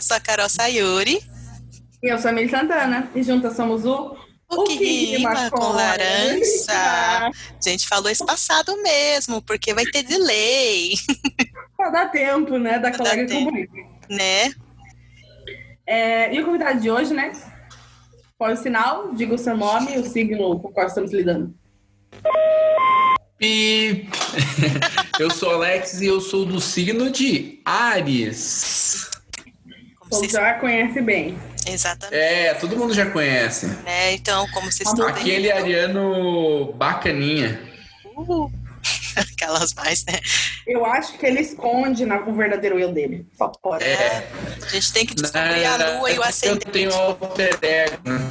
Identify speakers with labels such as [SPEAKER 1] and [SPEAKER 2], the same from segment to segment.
[SPEAKER 1] sou a Carol Sayuri.
[SPEAKER 2] E eu sou a Mili Santana. E juntas somos o.
[SPEAKER 1] O, o que, que rima, rima com, com laranja. laranja. Gente, falou esse passado mesmo, porque vai ter delay.
[SPEAKER 2] Pra dar tempo, né? Da pra colega com
[SPEAKER 1] Né?
[SPEAKER 2] É, e o convidado de hoje, né? Põe o sinal, diga o seu nome e o signo com qual estamos lidando.
[SPEAKER 3] Pi! eu sou Alex e eu sou do signo de Ares.
[SPEAKER 2] Como vocês... já conhece bem.
[SPEAKER 1] Exatamente.
[SPEAKER 3] É, todo mundo já conhece.
[SPEAKER 1] É, então, como vocês estão
[SPEAKER 3] Aquele ariano bacaninha.
[SPEAKER 1] Uh,
[SPEAKER 3] é-
[SPEAKER 1] aquelas mais, né?
[SPEAKER 2] Eu acho que ele esconde na, o verdadeiro eu dele. Só pode.
[SPEAKER 3] É.
[SPEAKER 1] A gente tem que descobrir na... a lua e o ascendente.
[SPEAKER 3] Né, Eu tenho alter ego. né?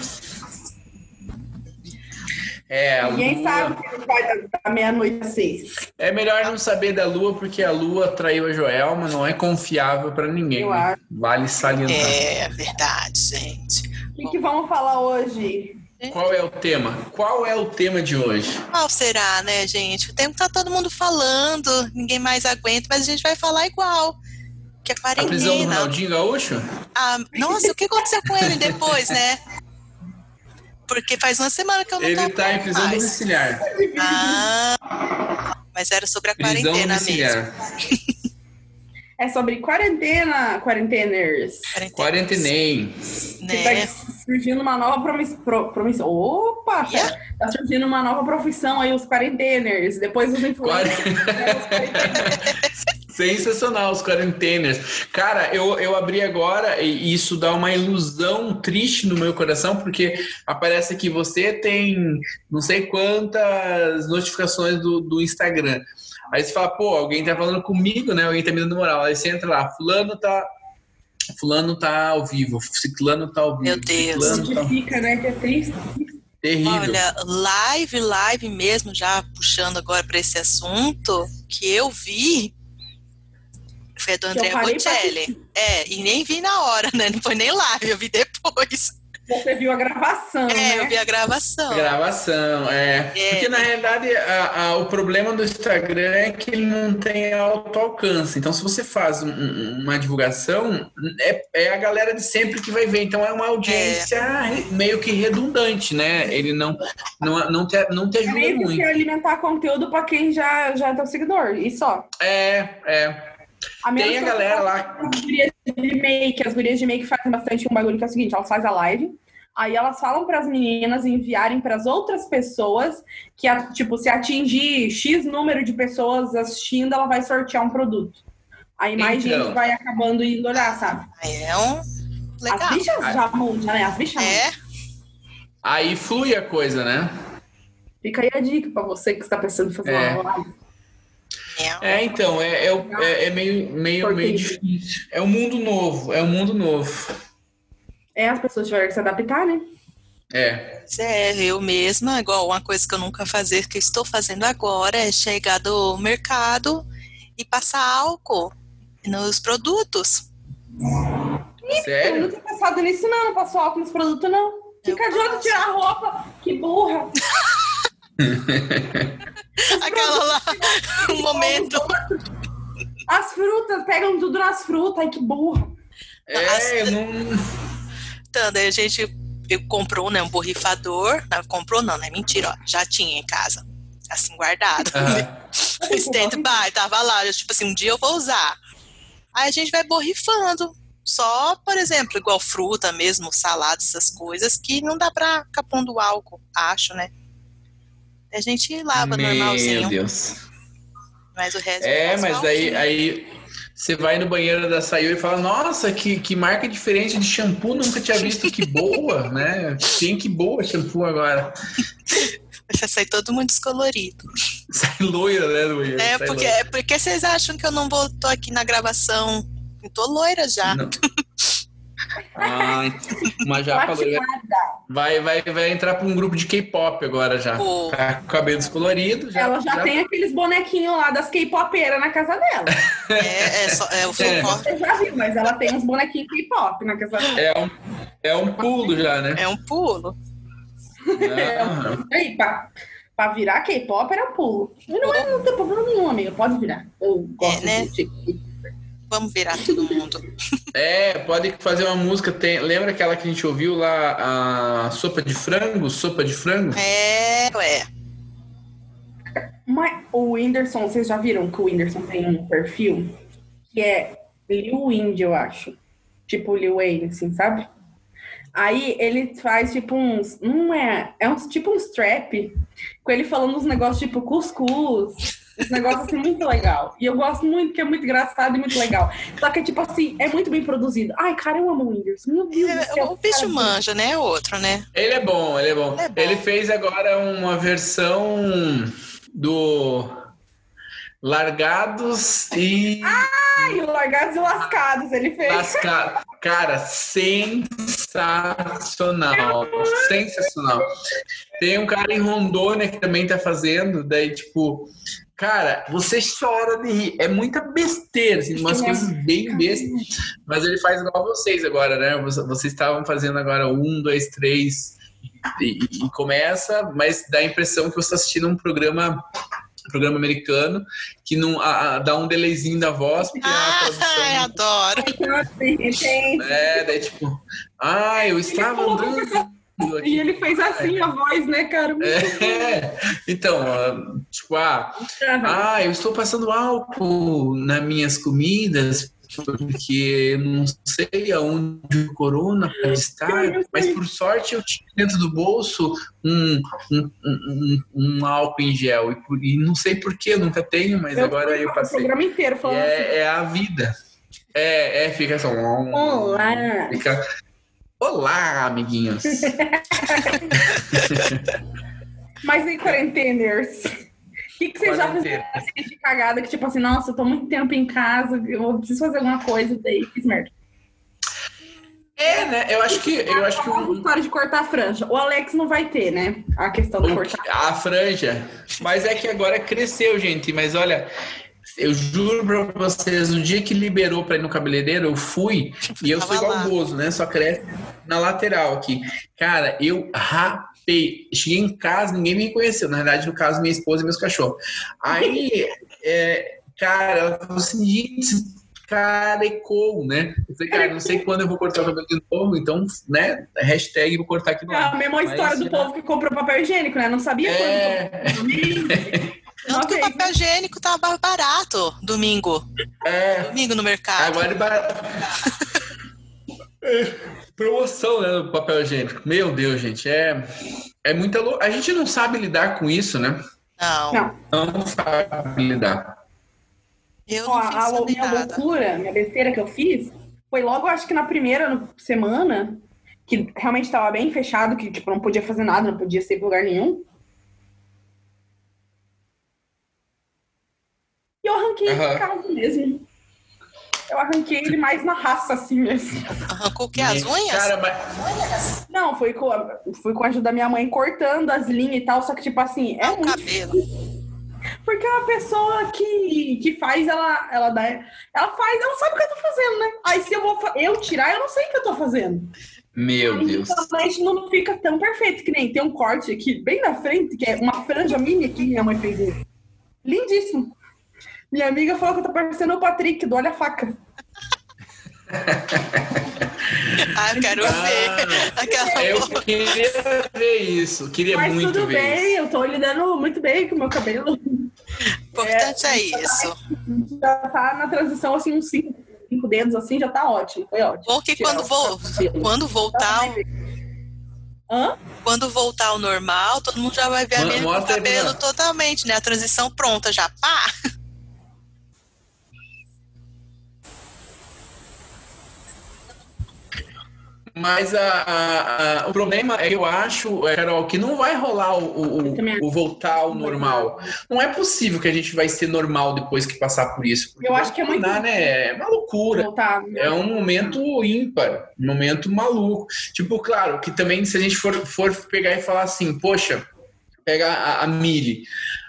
[SPEAKER 3] É,
[SPEAKER 2] Ninguém
[SPEAKER 3] lua...
[SPEAKER 2] sabe que ele vai da, da meia-noite às seis.
[SPEAKER 3] É melhor não saber da lua, porque a lua traiu a Joelma, não é confiável para ninguém. Né? Vale salientar.
[SPEAKER 1] É verdade, gente.
[SPEAKER 2] O que, que vamos falar hoje?
[SPEAKER 3] Qual é o tema? Qual é o tema de hoje?
[SPEAKER 1] Qual será, né, gente? O tempo tá todo mundo falando, ninguém mais aguenta, mas a gente vai falar igual. Que é quarentena.
[SPEAKER 3] A prisão do Ronaldinho Gaúcho?
[SPEAKER 1] Ah, nossa, o que aconteceu com ele depois, né? Porque faz uma semana que eu não
[SPEAKER 3] Ele tá em prisão
[SPEAKER 1] mais.
[SPEAKER 3] domiciliar.
[SPEAKER 1] Ah, mas era sobre a
[SPEAKER 3] Prisão
[SPEAKER 1] quarentena
[SPEAKER 3] domiciliar.
[SPEAKER 1] mesmo.
[SPEAKER 2] É sobre quarentena, quarenteners.
[SPEAKER 3] Quarentenei.
[SPEAKER 2] Que
[SPEAKER 1] Né?
[SPEAKER 2] tá surgindo uma nova promis- pro- promissão. Opa!
[SPEAKER 1] Yeah.
[SPEAKER 2] cara. Tá surgindo uma nova profissão aí, os quarenteners. Depois os influencers. né, os quarenteners.
[SPEAKER 3] Sensacional, os quarenteners. Cara, eu, eu abri agora e isso dá uma ilusão triste no meu coração, porque aparece que você tem não sei quantas notificações do, do Instagram. Aí você fala, pô, alguém tá falando comigo, né? Alguém tá me dando moral. Aí você entra lá, fulano tá. Fulano tá ao vivo, ciclano tá ao vivo.
[SPEAKER 1] Meu Deus.
[SPEAKER 3] ciclano tá ao vivo.
[SPEAKER 2] Notifica, né? Que é triste.
[SPEAKER 3] Terrível.
[SPEAKER 1] Olha, live, live mesmo, já puxando agora para esse assunto, que eu vi foi a do
[SPEAKER 2] eu
[SPEAKER 1] André
[SPEAKER 2] parei pra
[SPEAKER 1] Bocelli. É, e nem vi na hora, né? Não foi nem live, eu vi depois.
[SPEAKER 2] Você viu a gravação,
[SPEAKER 1] É,
[SPEAKER 2] né?
[SPEAKER 1] eu vi a gravação.
[SPEAKER 3] Gravação, é.
[SPEAKER 1] É.
[SPEAKER 3] Porque na realidade a- a- o problema do Instagram é que ele não tem alto alcance. Então, se você faz um- um- uma divulgação, é, é a galera de sempre que vai ver. Então, é uma audiência re- meio que redundante, né? Ele não, não, não, te, não te
[SPEAKER 2] É
[SPEAKER 3] ajuda
[SPEAKER 2] meio que
[SPEAKER 3] muito.
[SPEAKER 2] se alimentar conteúdo pra quem já, já é teu seguidor. E só.
[SPEAKER 3] É, é.
[SPEAKER 2] A
[SPEAKER 3] Tem
[SPEAKER 2] menos
[SPEAKER 3] a
[SPEAKER 2] que
[SPEAKER 3] galera lá
[SPEAKER 2] as gurias de make, as gurias de make fazem bastante um bagulho que é o seguinte, elas fazem a live, aí elas falam para as meninas enviarem para as outras pessoas que a- tipo se atingir x número de pessoas assistindo, ela vai sortear um produto. Aí mais
[SPEAKER 3] Então.
[SPEAKER 2] gente vai acabando indo olhar, sabe?
[SPEAKER 1] É um.
[SPEAKER 2] As
[SPEAKER 1] Legal.
[SPEAKER 2] bichas já montam, né? As bichas.
[SPEAKER 1] É,
[SPEAKER 3] Aí flui a coisa, né?
[SPEAKER 2] Fica aí a dica para você que está pensando em fazer
[SPEAKER 3] É.
[SPEAKER 2] uma live.
[SPEAKER 1] é.
[SPEAKER 3] É, então, é, é, o- é- é meio, meio, meio difícil. É um mundo novo, é um mundo novo.
[SPEAKER 2] É, as pessoas tiveram que se adaptar, né?
[SPEAKER 3] É.
[SPEAKER 1] Pois é, eu mesma, igual uma coisa que eu nunca fazer, que eu estou fazendo agora, é chegar do mercado e passar álcool nos produtos.
[SPEAKER 2] Eu
[SPEAKER 3] Sério?
[SPEAKER 2] não tinha pensado nisso, não. Não passou álcool nos produtos, não. Fica de olho tirar a roupa. Que burra.
[SPEAKER 1] Aquela lá, um momento.
[SPEAKER 2] As frutas, pegam tudo nas frutas. Ai, que burra.
[SPEAKER 3] É, eu não.
[SPEAKER 1] Então, daí a gente eu- comprou né, um borrifador. Não, comprou não, né? Mentira, ó, já tinha em casa. Assim, guardado.
[SPEAKER 3] Aham.
[SPEAKER 1] Stand-by, tava lá. eu, tipo assim, um dia eu vou usar. Aí a gente vai borrifando. Só, por exemplo, igual fruta mesmo, salada, essas coisas, que não dá pra ficar pondo álcool, acho, né? A gente lava
[SPEAKER 3] Meu
[SPEAKER 1] normalzinho,
[SPEAKER 3] Deus.
[SPEAKER 1] mas o resto...
[SPEAKER 3] É,
[SPEAKER 1] eu faço
[SPEAKER 3] mas daí
[SPEAKER 1] álcool.
[SPEAKER 3] aí você vai no banheiro da Sayuri e fala: Nossa, que, que marca diferente de shampoo, nunca tinha visto. Que boa, né? Tem que boa shampoo agora.
[SPEAKER 1] Já sai todo mundo descolorido.
[SPEAKER 3] Sai loira, né, do banheiro?
[SPEAKER 1] É,
[SPEAKER 3] sai
[SPEAKER 1] porque,
[SPEAKER 3] loira.
[SPEAKER 1] é porque vocês acham que eu não vou tô aqui na gravação. Eu tô loira já.
[SPEAKER 3] Não. Ah, mas já falou.
[SPEAKER 2] Latinada.
[SPEAKER 3] Vai, vai, vai entrar pra um grupo de K-pop agora já.
[SPEAKER 1] Pô.
[SPEAKER 3] Tá com o cabelo descolorido. Já,
[SPEAKER 2] Ela já, tem aqueles bonequinhos lá das K-popeiras na casa dela.
[SPEAKER 1] É, é, só, é o
[SPEAKER 3] É.
[SPEAKER 1] suporte.
[SPEAKER 2] Eu já vi, mas ela tem uns bonequinhos K-pop na casa dela.
[SPEAKER 3] É um, é um pulo já, né? Ah,
[SPEAKER 1] É um pulo. É.
[SPEAKER 3] Não,
[SPEAKER 2] Aí, pra, pra virar K-pop era pulo. E não é, não tem problema nenhum, amiga. Pode virar. Eu gosto
[SPEAKER 1] né?
[SPEAKER 2] de- de-
[SPEAKER 1] Vamos virar todo mundo.
[SPEAKER 3] É, pode fazer uma música. Tem, lembra aquela que a gente ouviu lá, a sopa de frango? Sopa de frango?
[SPEAKER 1] É, ué.
[SPEAKER 2] Mas o Whindersson, vocês já viram que o Whindersson tem um perfil que é Lil Wind, eu acho. Tipo Lil Wayne, assim, sabe? Aí ele faz tipo uns. Não é. É uns, tipo uns trap. Com ele falando uns negócios tipo cuscuz. Uns negócios assim muito legal. E eu gosto muito, que é muito engraçado e muito legal. Só que, tipo assim, é muito bem produzido. Ai, cara, eu amo o Whindersson. Meu Deus do
[SPEAKER 1] É,
[SPEAKER 2] céu,
[SPEAKER 1] O bicho
[SPEAKER 2] cara.
[SPEAKER 1] manja, né? Outro, né?
[SPEAKER 3] Ele é bom, ele é bom.
[SPEAKER 1] É bom.
[SPEAKER 3] Ele fez agora uma versão do Largados e
[SPEAKER 1] Ah,
[SPEAKER 2] Ai, o Largados e Lascados, ele fez.
[SPEAKER 3] Lasca... Cara, sensacional. Sensacional. Tem um cara em Rondônia que também tá fazendo, daí, tipo, cara, você chora de rir. É muita besteira, assim, umas coisas bem bestas. Mas ele faz igual vocês agora, né? Vocês vocês estavam fazendo agora um, dois, três e, e- e começa, mas dá a impressão que você está assistindo um programa um programa americano que não a- a- dá um delayzinho da voz porque é
[SPEAKER 1] Ah,
[SPEAKER 3] a tradução
[SPEAKER 1] Ai, é, adoro.
[SPEAKER 2] Então, assim, tem-
[SPEAKER 3] é, daí tipo, ah, eu estava
[SPEAKER 2] colocou
[SPEAKER 3] andando
[SPEAKER 2] E
[SPEAKER 3] aqui.
[SPEAKER 2] ele fez assim a voz, né, cara? Muito
[SPEAKER 3] É, então, ah, tipo, ah,
[SPEAKER 2] engraçado.
[SPEAKER 3] ah, eu estou passando álcool nas minhas comidas porque eu não sei aonde o corona pode estar, mas por sorte eu tinha dentro do bolso um, um, um, um- um álcool em gel e, por- e não sei por que, eu nunca tenho, mas agora eu
[SPEAKER 2] O
[SPEAKER 3] passei.
[SPEAKER 2] programa inteiro
[SPEAKER 3] E
[SPEAKER 2] falando assim.
[SPEAKER 3] é, é a vida. É, é, fica só. um,
[SPEAKER 2] Olá!
[SPEAKER 3] Fica- Olá, amiguinhos.
[SPEAKER 2] Mas em quarenteners? O que, que vocês já
[SPEAKER 3] Quarentena.
[SPEAKER 2] fizeram assim, de cagada? Que tipo assim, nossa, eu tô muito tempo em casa, eu preciso fazer alguma coisa, daí fiz merda.
[SPEAKER 3] É, né? Eu acho que eu acho que
[SPEAKER 2] A
[SPEAKER 3] o-
[SPEAKER 2] história de cortar a franja. O Alex não vai ter, né? A questão do cortar.
[SPEAKER 3] o- a franja, mas é que agora cresceu, gente. Mas olha, eu juro pra vocês, o dia que liberou pra ir no cabeleireiro, eu fui e eu sou
[SPEAKER 1] Tava
[SPEAKER 3] igual
[SPEAKER 1] lá.
[SPEAKER 3] o Bozo, né? Só cresce na lateral aqui. Cara, eu rapei. Cheguei em casa, ninguém me conheceu. Na verdade, no caso, minha esposa e meus cachorros. Aí, é, cara, ela falou assim, gente, esse carecou, né? Eu falei, cara, não sei quando eu vou cortar o cabelo de novo, então, né? Hashtag vou cortar aqui no ar.
[SPEAKER 2] É A mesma história do
[SPEAKER 3] Mas-
[SPEAKER 2] povo que comprou papel higiênico, né? Não sabia
[SPEAKER 3] É.
[SPEAKER 2] quando. Não
[SPEAKER 1] Tanto que o papel higiênico tava barato domingo.
[SPEAKER 3] É,
[SPEAKER 1] Domingo no mercado.
[SPEAKER 3] agora é barato. É, Promoção, né, do papel higiênico. Meu Deus, gente, é, é muita lou... A gente não sabe lidar com isso, né?
[SPEAKER 1] Não,
[SPEAKER 2] Não.
[SPEAKER 3] Não sabe lidar.
[SPEAKER 1] eu
[SPEAKER 2] Ó,
[SPEAKER 1] não
[SPEAKER 2] a,
[SPEAKER 1] fiz
[SPEAKER 2] lou-
[SPEAKER 1] nem
[SPEAKER 2] minha
[SPEAKER 1] nada.
[SPEAKER 2] loucura, minha besteira que eu fiz, foi logo, acho que na primeira no- semana, que realmente tava bem fechado, que tipo, não podia fazer nada, não podia sair pra lugar nenhum. E eu arranquei
[SPEAKER 3] Aham.
[SPEAKER 2] o carro mesmo. Eu arranquei ele mais na raça, assim mesmo.
[SPEAKER 1] Arrancou o quê? As unhas?
[SPEAKER 3] Cara, mas...
[SPEAKER 2] Não, fui com, a- fui com a ajuda da minha mãe cortando as linhas e tal, só que, tipo assim, é
[SPEAKER 1] Ah, o
[SPEAKER 2] muito
[SPEAKER 1] cabelo.
[SPEAKER 2] Porque é uma pessoa que, que faz, ela, ela dá. Ela faz, ela sabe o que eu tô fazendo, né? Aí se eu vou fa- eu tirar, eu não sei o que eu tô fazendo.
[SPEAKER 3] Meu
[SPEAKER 2] Aí,
[SPEAKER 3] Deus.
[SPEAKER 2] realmente, não fica tão perfeito que nem tem um corte aqui bem na frente, que é uma franja mini aqui, minha mãe fez. isso. Lindíssimo. Minha amiga falou que eu tô parecendo o Patrick do Olha a Faca.
[SPEAKER 1] Ah, eu quero
[SPEAKER 2] então,
[SPEAKER 1] ver. Aquela
[SPEAKER 3] Ah, Eu queria ver isso. Queria
[SPEAKER 2] Mas
[SPEAKER 3] É muito
[SPEAKER 2] tudo
[SPEAKER 3] ver
[SPEAKER 2] bem,
[SPEAKER 3] isso.
[SPEAKER 2] eu tô lidando muito bem com o meu cabelo.
[SPEAKER 1] importante é isso.
[SPEAKER 2] Já tá na transição, assim, uns cinco, cinco dedos, assim, já tá ótimo. Foi ótimo.
[SPEAKER 1] Bom que
[SPEAKER 2] Tirar
[SPEAKER 1] quando,
[SPEAKER 2] o
[SPEAKER 1] vou,
[SPEAKER 2] cabelo.
[SPEAKER 1] quando voltar, o-
[SPEAKER 2] Hã?
[SPEAKER 1] quando voltar ao normal, todo mundo já vai ver a
[SPEAKER 3] Mo-
[SPEAKER 1] minha com o
[SPEAKER 3] mostra aí,
[SPEAKER 1] cabelo
[SPEAKER 3] Bruna.
[SPEAKER 1] totalmente, né? A transição pronta já. Pá!
[SPEAKER 3] Mas a, a- a- o problema é que eu acho, é, Carol, que não vai rolar o, o-
[SPEAKER 2] Eu também acho.
[SPEAKER 3] o voltar ao normal. Não é possível que a gente vai ser normal depois que passar por isso. porque
[SPEAKER 2] Eu acho que é
[SPEAKER 3] não dá,
[SPEAKER 2] muito-
[SPEAKER 3] né? É uma loucura.
[SPEAKER 2] Voltar.
[SPEAKER 3] É um momento ímpar, um momento maluco. Tipo, claro, que também se a gente for, for pegar e falar assim, poxa, pega a, a Mili.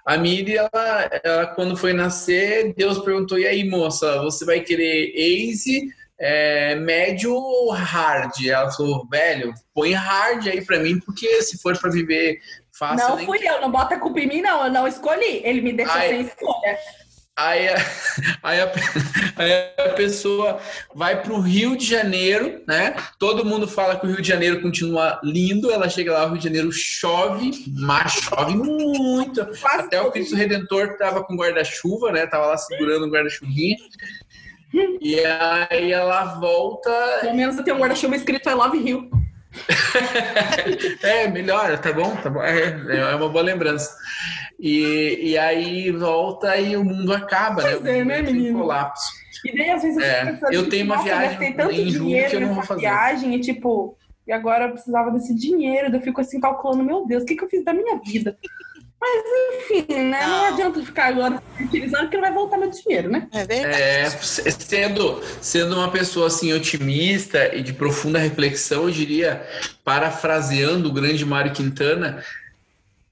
[SPEAKER 3] A Mili, ela, ela, quando foi nascer, Deus perguntou, e aí, moça, você vai querer easy, é, médio ou hard? Ela falou, velho, põe hard aí pra mim, porque se for pra viver fácil... né,
[SPEAKER 2] Não
[SPEAKER 3] nem
[SPEAKER 2] fui eu, não bota a culpa em mim, não. Eu não escolhi. Ele me deixou
[SPEAKER 3] Ai.
[SPEAKER 2] sem escolha.
[SPEAKER 3] Aí a, aí, a, aí a pessoa vai para o Rio de Janeiro, né? Todo mundo fala que o Rio de Janeiro continua lindo. Ela chega lá, o Rio de Janeiro chove, mas chove muito.
[SPEAKER 2] Quase
[SPEAKER 3] Até o Cristo Redentor tava com guarda-chuva, né? Tava lá segurando o guarda-chuvinha. E aí ela volta.
[SPEAKER 2] Pelo menos eu tenho um guarda-chuva escrito I Love Rio.
[SPEAKER 3] É, melhor, tá bom? Tá bom. É, é uma boa lembrança. E, e aí volta e o mundo acaba, né?
[SPEAKER 2] Pois é, né,
[SPEAKER 3] O mundo entra em
[SPEAKER 2] menino?
[SPEAKER 3] Colapso.
[SPEAKER 2] E daí às vezes eu
[SPEAKER 3] É,
[SPEAKER 2] fico pensando,
[SPEAKER 3] eu
[SPEAKER 2] tipo,
[SPEAKER 3] tenho uma
[SPEAKER 2] nossa,
[SPEAKER 3] viagem
[SPEAKER 2] eu gastei tanto
[SPEAKER 3] em julho
[SPEAKER 2] dinheiro
[SPEAKER 3] que eu não vou
[SPEAKER 2] nessa
[SPEAKER 3] fazer.
[SPEAKER 2] viagem e tipo, e agora eu precisava desse dinheiro, daí eu fico assim calculando, meu Deus, o que, que eu fiz da minha vida? Mas enfim, né? Não,
[SPEAKER 1] Não.
[SPEAKER 2] adianta ficar agora utilizando porque não vai voltar meu dinheiro, né?
[SPEAKER 1] É verdade.
[SPEAKER 3] É, se- sendo, sendo uma pessoa assim otimista e de profunda reflexão, eu diria, parafraseando o grande Mário Quintana,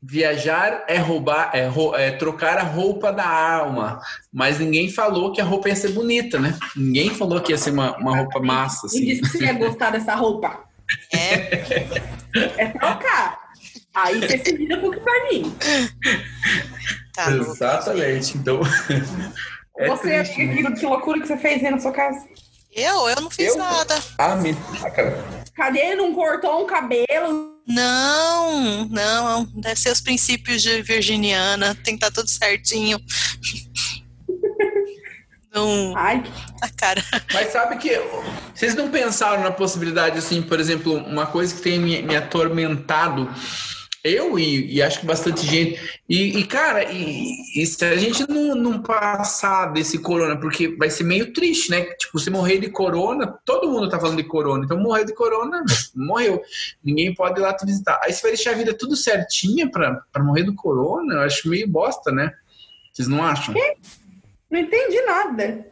[SPEAKER 3] viajar é roubar, é, rou- é trocar a roupa da alma. Mas ninguém falou que a roupa ia ser bonita, né? Ninguém falou que ia ser uma, uma roupa
[SPEAKER 2] E
[SPEAKER 3] massa, assim.
[SPEAKER 2] disse que você ia gostar dessa roupa.
[SPEAKER 1] É,
[SPEAKER 2] É trocar. Aí você se vira com o que pra mim.
[SPEAKER 1] tá louco.
[SPEAKER 3] Então. é
[SPEAKER 2] você,
[SPEAKER 3] triste, né?
[SPEAKER 2] que loucura que você fez aí na sua casa.
[SPEAKER 1] Eu, eu não fiz
[SPEAKER 3] Eu?
[SPEAKER 1] nada.
[SPEAKER 3] Ah, me- ah, cara.
[SPEAKER 2] Cadê? Não cortou um cabelo?
[SPEAKER 1] Não, não, é um, deve ser os princípios de virginiana, tem que estar tudo certinho. Não,
[SPEAKER 2] Ai, que
[SPEAKER 1] a cara.
[SPEAKER 3] Mas sabe que vocês não pensaram na possibilidade, assim, por exemplo, uma coisa que tem me, me atormentado, eu e, e acho que bastante gente. E, e, cara, e, e se a gente não, não passar desse corona, porque vai ser meio triste, né? Tipo, se morrer de corona, todo mundo tá falando de corona, então morrer de corona, morreu. Ninguém pode ir lá te visitar. Aí você vai deixar a vida tudo certinha pra, pra morrer do corona, eu acho meio bosta, né? Vocês não acham?
[SPEAKER 2] não entendi nada.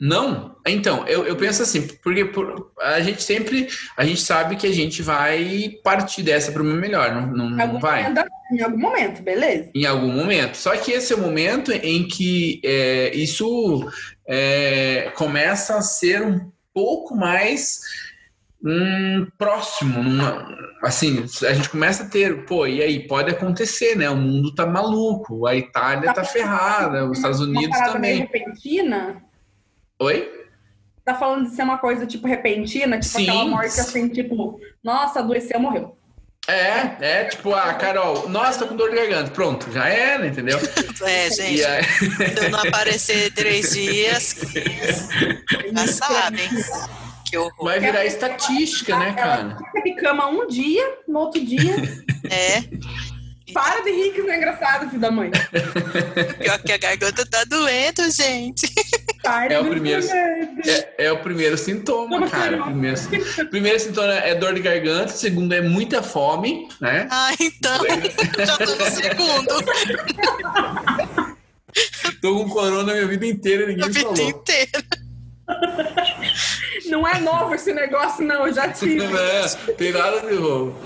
[SPEAKER 3] Não, então, eu, eu penso assim, porque por- a gente sempre, a gente sabe que a gente vai partir dessa para o melhor, não, não-
[SPEAKER 2] Em
[SPEAKER 3] não
[SPEAKER 2] algum,
[SPEAKER 3] vai?
[SPEAKER 2] momento, em algum momento, beleza?
[SPEAKER 3] Em algum momento. Só que esse é o momento em que é, isso é, começa a ser um pouco mais hum, próximo, numa- assim, a gente começa a ter, pô, e aí, pode acontecer, né? O mundo tá maluco, a Itália tá ferrada, os Estados
[SPEAKER 2] uma
[SPEAKER 3] Unidos
[SPEAKER 2] Tá parada meio
[SPEAKER 3] também.
[SPEAKER 2] repentina.
[SPEAKER 3] Oi?
[SPEAKER 2] Tá falando de ser uma coisa, tipo, repentina? Tipo,
[SPEAKER 3] Sim.
[SPEAKER 2] aquela morte assim, tipo, nossa, adoeceu, morreu.
[SPEAKER 3] É, é tipo, ah, Carol, nossa, tô com dor de garganta. Pronto, já era, entendeu?
[SPEAKER 1] É, gente,
[SPEAKER 3] E aí,
[SPEAKER 1] se eu não aparecer três dias, já sabem. Que horror.
[SPEAKER 3] vai virar estatística, né, cara?
[SPEAKER 2] Fica de cama um dia, no outro dia.
[SPEAKER 1] É, tá
[SPEAKER 2] para de rir que não é engraçado, filho da mãe.
[SPEAKER 1] pior que a garganta tá doendo, gente.
[SPEAKER 2] Para
[SPEAKER 3] É o
[SPEAKER 2] de
[SPEAKER 3] primeiro-
[SPEAKER 2] rir.
[SPEAKER 3] É, é o primeiro sintoma, cara. O primeiro, primeiro sintoma é dor de garganta, o segundo é muita fome, né?
[SPEAKER 1] Ah, então, já tô no segundo,
[SPEAKER 3] Tô com corona a minha vida inteira, ninguém
[SPEAKER 1] a
[SPEAKER 3] me
[SPEAKER 1] vida
[SPEAKER 3] falou.
[SPEAKER 1] inteira.
[SPEAKER 2] Não é novo esse negócio, não. Eu já tive.
[SPEAKER 3] Não é, tem nada de roubo.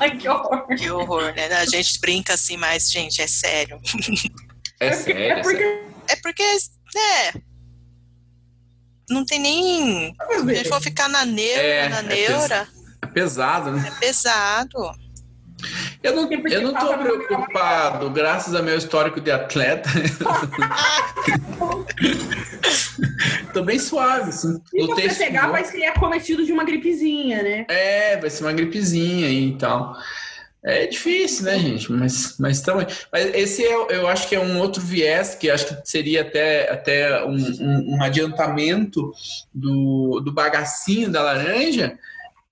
[SPEAKER 2] Ai, que horror.
[SPEAKER 1] Que horror, né? A gente brinca assim, mas, gente, é sério.
[SPEAKER 3] É
[SPEAKER 2] porque-
[SPEAKER 3] sério, é
[SPEAKER 2] é porque
[SPEAKER 3] sério.
[SPEAKER 1] É porque, né? Não tem nem. Se a gente for ficar na neura,
[SPEAKER 3] É, é
[SPEAKER 1] na neura,
[SPEAKER 3] É pesado, né?
[SPEAKER 1] é, pesado.
[SPEAKER 3] Eu não,
[SPEAKER 2] Porque
[SPEAKER 3] eu não tô
[SPEAKER 2] falta uma
[SPEAKER 3] preocupado, graças ao meu histórico de atleta. tô bem suave, assim.
[SPEAKER 2] Se
[SPEAKER 3] Lutei
[SPEAKER 2] você pegar,
[SPEAKER 3] sumô.
[SPEAKER 2] vai ser acometido de uma gripezinha, né?
[SPEAKER 3] É, vai ser uma gripezinha aí e tal. É difícil, né, gente? Mas, mas também. Mas esse é, eu acho que é um outro viés que acho que seria até, até um, um- um adiantamento do, do bagacinho da laranja.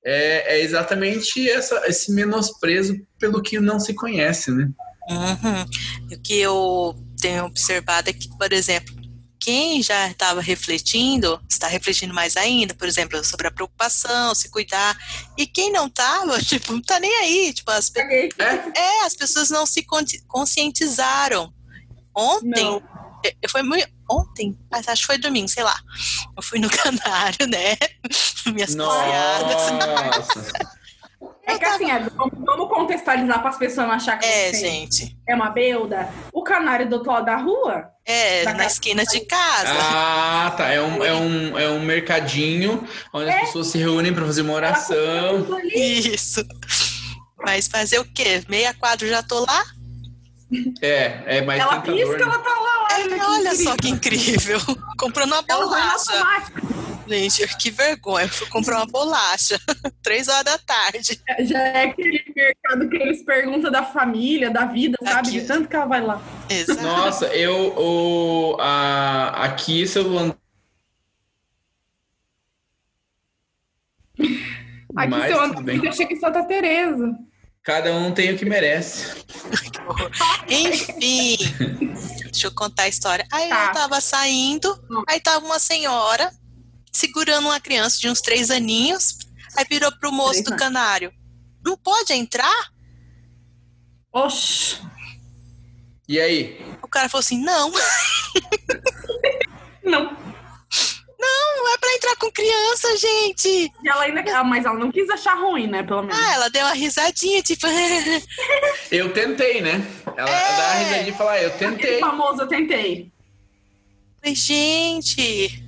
[SPEAKER 3] É, é exatamente essa, esse menosprezo pelo que não se conhece, né?
[SPEAKER 1] Uhum. E O que eu tenho observado é que, por exemplo, quem já estava refletindo, está refletindo mais ainda, por exemplo, sobre a preocupação, se cuidar. E quem não estava, tipo, não tá nem aí. Tipo, as, pe-
[SPEAKER 2] Peguei.
[SPEAKER 1] é, as pessoas não se conti- conscientizaram. Ontem,
[SPEAKER 2] Não.
[SPEAKER 1] Eu- eu foi muito ontem, mas acho que foi domingo, sei lá. Eu fui no canário, né? Minhas passeadas.
[SPEAKER 3] Nossa!
[SPEAKER 2] É que assim, é, vamos vamos contextualizar para as pessoas não acharem que
[SPEAKER 1] É,
[SPEAKER 2] você
[SPEAKER 1] gente.
[SPEAKER 2] é uma belda. O canário do outro lado da rua,
[SPEAKER 1] É,
[SPEAKER 2] Da
[SPEAKER 1] na
[SPEAKER 2] casa-
[SPEAKER 1] esquina de casa.
[SPEAKER 3] Ah, tá. É um, é um, é um mercadinho onde as pessoas se reúnem para fazer uma
[SPEAKER 2] ela compra
[SPEAKER 3] oração.
[SPEAKER 2] tudo ali.
[SPEAKER 1] Isso. Mas fazer o quê? Meia quadra já tô lá?
[SPEAKER 3] É, é mais
[SPEAKER 2] ela
[SPEAKER 3] tentador,
[SPEAKER 2] pisca,
[SPEAKER 3] né?
[SPEAKER 2] ela tá lá. olha. que
[SPEAKER 1] É, Olha
[SPEAKER 2] incrível. É
[SPEAKER 1] só que incrível. Comprando uma
[SPEAKER 2] Ela vai na
[SPEAKER 1] bolacha.
[SPEAKER 2] automática.
[SPEAKER 1] Gente, que vergonha. Eu fui comprar uma bolacha. Três horas da tarde.
[SPEAKER 2] Já é aquele mercado que eles perguntam da família, da vida, sabe?
[SPEAKER 1] Aqui.
[SPEAKER 2] De tanto que ela vai lá.
[SPEAKER 1] Exato.
[SPEAKER 3] Nossa, eu o, a, aqui se eu vou andar
[SPEAKER 2] Aqui
[SPEAKER 3] mais,
[SPEAKER 2] seu
[SPEAKER 3] tudo bem.
[SPEAKER 2] Antônio achei que é Santa Teresa.
[SPEAKER 3] Cada um tem o que merece.
[SPEAKER 1] Enfim, deixa eu contar a história. Aí
[SPEAKER 2] Tá.
[SPEAKER 1] eu tava saindo, aí tava uma senhora segurando uma criança de uns três aninhos, aí virou pro moço
[SPEAKER 2] Três
[SPEAKER 1] do
[SPEAKER 2] anos.
[SPEAKER 1] canário. Não pode entrar?
[SPEAKER 2] Oxi.
[SPEAKER 3] E aí?
[SPEAKER 1] O cara falou assim: não, não
[SPEAKER 2] Não.
[SPEAKER 1] é pra entrar com criança, gente.
[SPEAKER 2] E ela ainda. Ah, mas ela não quis achar ruim, né? Pelo menos.
[SPEAKER 1] Ah, ela deu uma risadinha, tipo,
[SPEAKER 3] Eu tentei, né? Ela
[SPEAKER 1] É.
[SPEAKER 3] dá uma risadinha e fala, "Ah, eu
[SPEAKER 2] Aquele
[SPEAKER 3] tentei.
[SPEAKER 2] famoso, eu tentei.
[SPEAKER 1] Falei, gente,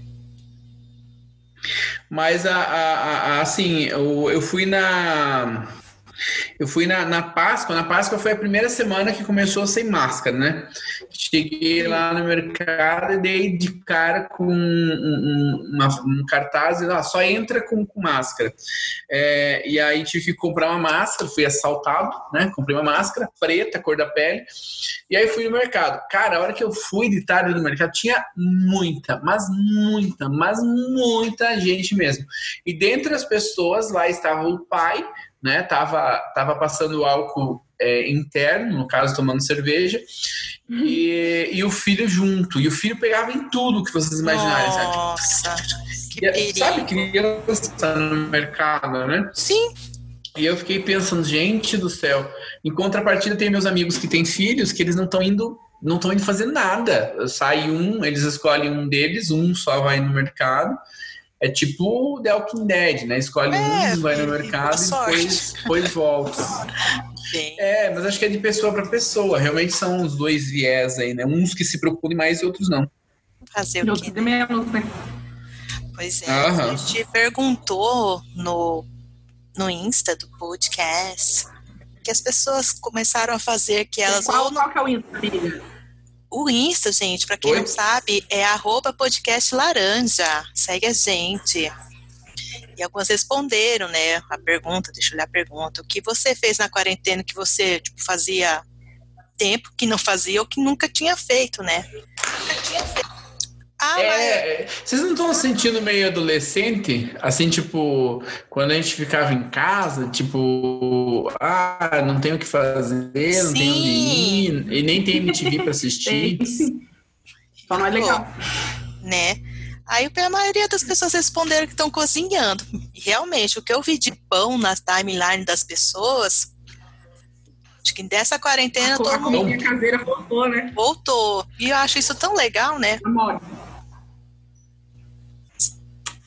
[SPEAKER 3] Mas a, a- a- a- assim, eu, eu fui na. Eu fui na, na Páscoa. Na Páscoa foi a primeira semana que começou sem máscara, né? Cheguei lá no mercado e dei de cara com um, um- uma- um cartaz e lá só entra com, com máscara. É, e aí tive que comprar uma máscara, fui assaltado, né? Comprei uma máscara preta, cor da pele. E aí fui no mercado. Cara, a hora que eu fui de tarde no mercado, tinha muita, mas muita, mas muita gente mesmo. E dentre as pessoas lá estava o pai, né? Tava, tava passando álcool é, interno, no caso, tomando cerveja, e, e o filho junto. E o filho pegava em tudo que vocês imaginarem, sabe?
[SPEAKER 1] nossa, que
[SPEAKER 3] E, é, sabe,
[SPEAKER 1] perigo.
[SPEAKER 3] criança no mercado, né?
[SPEAKER 1] Sim,
[SPEAKER 3] E eu fiquei pensando, gente do céu. Em contrapartida, tem meus amigos que têm filhos que eles não estão indo, não estão indo fazer nada. Sai um, eles escolhem um deles, um só vai no mercado. É tipo The Walking Dead, né? Escolhe
[SPEAKER 1] É,
[SPEAKER 3] um, vai no
[SPEAKER 1] boa
[SPEAKER 3] mercado e
[SPEAKER 1] sorte.
[SPEAKER 3] depois, depois volta.
[SPEAKER 1] gente.
[SPEAKER 3] É, mas acho que é de pessoa para pessoa. Realmente são os dois viés aí, né? Uns que se procuram mais e outros não.
[SPEAKER 1] fazer o
[SPEAKER 2] Outros
[SPEAKER 1] quê?
[SPEAKER 2] de menos, né?
[SPEAKER 1] Pois é,
[SPEAKER 3] Aham.
[SPEAKER 1] a gente perguntou no, no Insta do podcast que as pessoas começaram a fazer que elas.
[SPEAKER 2] qual,
[SPEAKER 1] ou não-
[SPEAKER 2] qual que é o Insta, filha?
[SPEAKER 1] o Insta, gente, pra quem
[SPEAKER 3] Oi?
[SPEAKER 1] não sabe, é arroba podcast laranja. Segue a gente. E algumas responderam, né? A pergunta, deixa eu olhar a pergunta. O que você fez na quarentena que você tipo, fazia tempo que não fazia ou que nunca tinha feito, né? Ah, mas-
[SPEAKER 3] É, é, vocês não estão se sentindo meio adolescente? Assim, tipo, quando a gente ficava em casa, tipo, ah, não tenho o que fazer, não tenho onde ir, e nem tem MTV pra assistir.
[SPEAKER 2] Tem sim. Só não é legal.
[SPEAKER 1] né? Aí a maioria das pessoas responderam que estão cozinhando. E realmente, o que eu vi de pão na timeline das pessoas, acho que dessa quarentena
[SPEAKER 2] a
[SPEAKER 1] todo mundo
[SPEAKER 2] comidinha caseira voltou, né?
[SPEAKER 1] voltou. E eu acho isso tão legal, né?
[SPEAKER 2] Amor.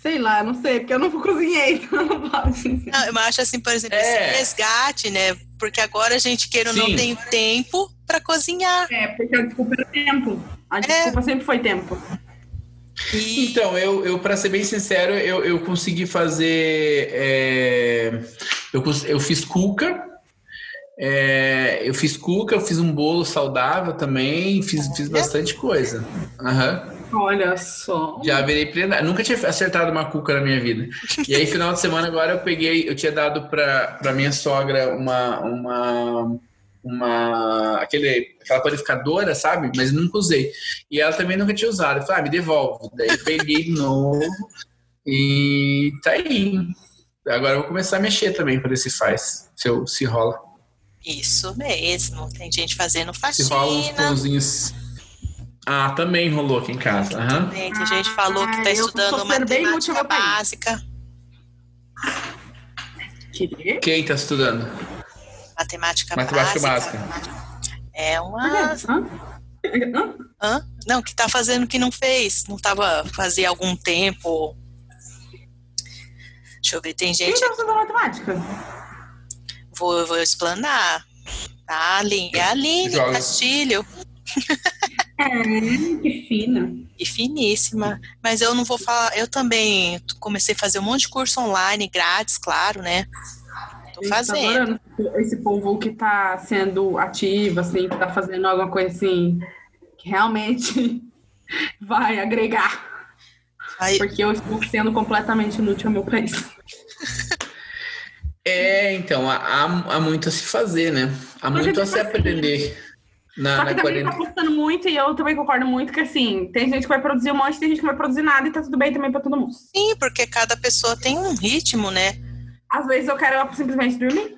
[SPEAKER 2] Sei lá, não sei, porque eu não cozinhei, então eu não posso dizer.
[SPEAKER 1] Não, Eu acho assim, por exemplo,
[SPEAKER 3] É.
[SPEAKER 1] esse resgate, né? Porque agora a gente queira ou não
[SPEAKER 3] Sim.
[SPEAKER 1] tem tempo para cozinhar.
[SPEAKER 2] É, porque a desculpa era tempo. A
[SPEAKER 1] É.
[SPEAKER 2] desculpa sempre foi tempo.
[SPEAKER 1] E
[SPEAKER 3] Então, eu, eu para ser bem sincero, eu, eu consegui fazer. é, eu, cons- eu fiz cuca. é, eu fiz cuca, eu fiz um bolo saudável também, fiz, fiz bastante coisa. Aham.
[SPEAKER 2] Olha só.
[SPEAKER 3] Já virei plenário. Nunca tinha acertado uma cuca na minha vida. E aí, final de semana, agora eu peguei, eu tinha dado pra, pra minha sogra uma. uma uma aquele aquela panificadora, sabe? Mas nunca usei. E ela também nunca tinha usado. Eu falei, ah, me devolve. Daí eu peguei de novo e tá aí. Agora eu vou começar a mexer também para ver se faz, se, eu, se rola.
[SPEAKER 1] isso mesmo. Tem gente fazendo
[SPEAKER 3] Se rola uns
[SPEAKER 1] faxina. né?
[SPEAKER 3] pãozinhos. Ah, também rolou aqui em casa. Aham.
[SPEAKER 1] né? Tem gente que falou que
[SPEAKER 2] Ah,
[SPEAKER 1] está
[SPEAKER 2] eu tô
[SPEAKER 1] estudando
[SPEAKER 2] sendo bem útil
[SPEAKER 1] matemática
[SPEAKER 2] ao meu país.
[SPEAKER 1] básica.
[SPEAKER 2] Querer?
[SPEAKER 3] Quem tá estudando?
[SPEAKER 1] Matemática,
[SPEAKER 3] Matemática
[SPEAKER 1] É uma. Hã? Não, que tá fazendo que não fez. Não tava fazia algum tempo. Deixa eu ver, tem
[SPEAKER 2] Quem
[SPEAKER 1] gente.
[SPEAKER 2] tá estudando matemática?
[SPEAKER 1] Vou, vou explanar. Tá, Aline. É a Aline
[SPEAKER 3] Joga.
[SPEAKER 1] Castilho.
[SPEAKER 2] É, que fina.
[SPEAKER 1] E finíssima. Mas eu não vou falar. Eu também comecei a fazer um monte de curso online, grátis, claro, né? Tô
[SPEAKER 2] Eu tô
[SPEAKER 1] fazendo.
[SPEAKER 2] adorando esse povo que tá sendo ativo, assim, que tá fazendo alguma coisa assim, que realmente vai agregar.
[SPEAKER 1] Aí,
[SPEAKER 2] Porque eu estou sendo completamente inútil ao meu país.
[SPEAKER 3] É, então, há, há, há muito a se fazer, né? Há
[SPEAKER 2] Mas
[SPEAKER 3] muito
[SPEAKER 2] é
[SPEAKER 3] a se
[SPEAKER 2] assim.
[SPEAKER 3] aprender na,
[SPEAKER 2] Só
[SPEAKER 3] Ah, na
[SPEAKER 2] que também tá
[SPEAKER 3] quarentena.
[SPEAKER 2] gostando muito e eu também concordo muito que assim, tem gente que vai produzir um monte, tem gente que vai produzir nada e tá tudo bem também pra todo mundo.
[SPEAKER 1] sim, porque cada pessoa tem um ritmo, né?
[SPEAKER 2] Às vezes eu quero simplesmente dormir.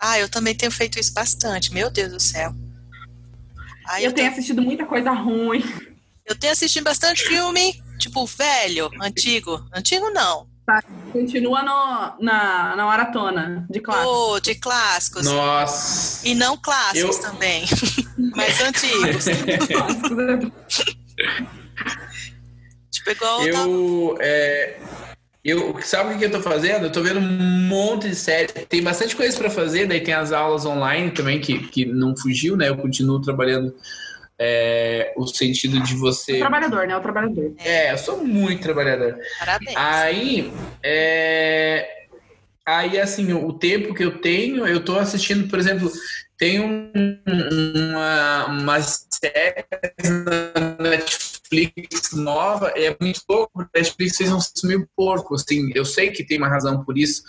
[SPEAKER 1] Ah, eu também tenho feito isso bastante, meu Deus do céu. Aí
[SPEAKER 2] eu tenho assistido muita coisa ruim.
[SPEAKER 1] eu tenho assistido bastante filme, tipo, velho, antigo. Antigo não.
[SPEAKER 2] Continua no, na, na maratona de classe.
[SPEAKER 1] Pô, de clássicos.
[SPEAKER 3] Nossa.
[SPEAKER 1] E não clássicos
[SPEAKER 3] Eu-
[SPEAKER 1] também. Mas antigos. Tipo, igual eu tava-
[SPEAKER 3] Eu, é, eu sabe o que que eu tô fazendo? Eu tô vendo um monte de série. Tem bastante coisa para fazer, daí tem as aulas online também, que, que não fugiu, né? Eu continuo trabalhando é, o sentido de
[SPEAKER 2] O
[SPEAKER 3] você.
[SPEAKER 2] trabalhador, né? O trabalhador.
[SPEAKER 3] É, eu sou muito trabalhador.
[SPEAKER 1] Parabéns.
[SPEAKER 3] Aí, é, aí assim, o tempo que eu tenho, eu tô assistindo, por exemplo, tem um, uma, uma série na Netflix nova, é muito louco, porque a Netflix fez um filme meio porco, assim, eu sei que tem uma razão por isso,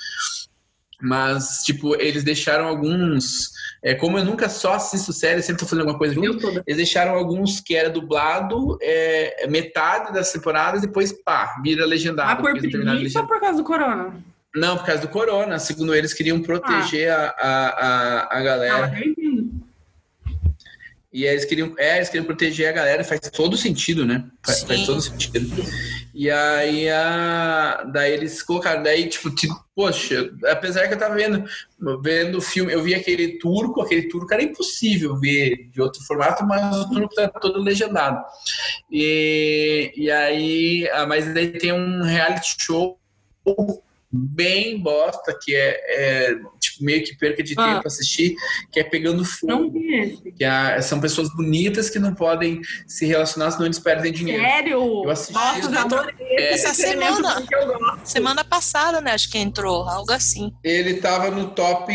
[SPEAKER 3] mas, tipo, eles deixaram alguns... É, como eu nunca só assisto série, sempre tô fazendo alguma coisa junto,
[SPEAKER 2] Eu toda.
[SPEAKER 3] eles deixaram alguns que era dublado, é, metade das temporadas, depois pá, vira
[SPEAKER 2] Mas
[SPEAKER 3] legendado.
[SPEAKER 2] Ah, por
[SPEAKER 3] tá, porque eles terminaram
[SPEAKER 2] preguiça ou por
[SPEAKER 3] legendado.
[SPEAKER 2] causa do corona?
[SPEAKER 3] Não, por causa do corona. Segundo eles, queriam proteger a, a, a, a
[SPEAKER 2] Ah,
[SPEAKER 3] galera.
[SPEAKER 2] mas eu entendo.
[SPEAKER 3] E aí eles queriam, é, eles queriam proteger a galera. Faz todo sentido, né? Faz,
[SPEAKER 1] Sim.
[SPEAKER 3] faz todo sentido. E aí, a, daí eles colocaram. Daí, tipo, tipo, poxa, apesar que eu tava vendo, vendo o filme, eu vi aquele turco, aquele turco era impossível ver de outro formato, mas o turco tá todo legendado. E, e aí, ah, mas daí tem um reality show bem bosta, que é, é, tipo, meio que perca de
[SPEAKER 2] Ah.
[SPEAKER 3] tempo assistir, que é Pegando Fogo.
[SPEAKER 2] Não vi esse.
[SPEAKER 3] Que a- são pessoas bonitas que não podem se relacionar, senão eles perdem dinheiro.
[SPEAKER 2] Sério?
[SPEAKER 3] Eu assisti
[SPEAKER 2] Nossa,
[SPEAKER 3] esse
[SPEAKER 2] já adorei esse
[SPEAKER 1] Essa
[SPEAKER 2] experimento
[SPEAKER 1] semana.
[SPEAKER 2] porque eu gosto.
[SPEAKER 1] Semana passada, né? Acho que entrou, algo assim.
[SPEAKER 3] Ele tava no top.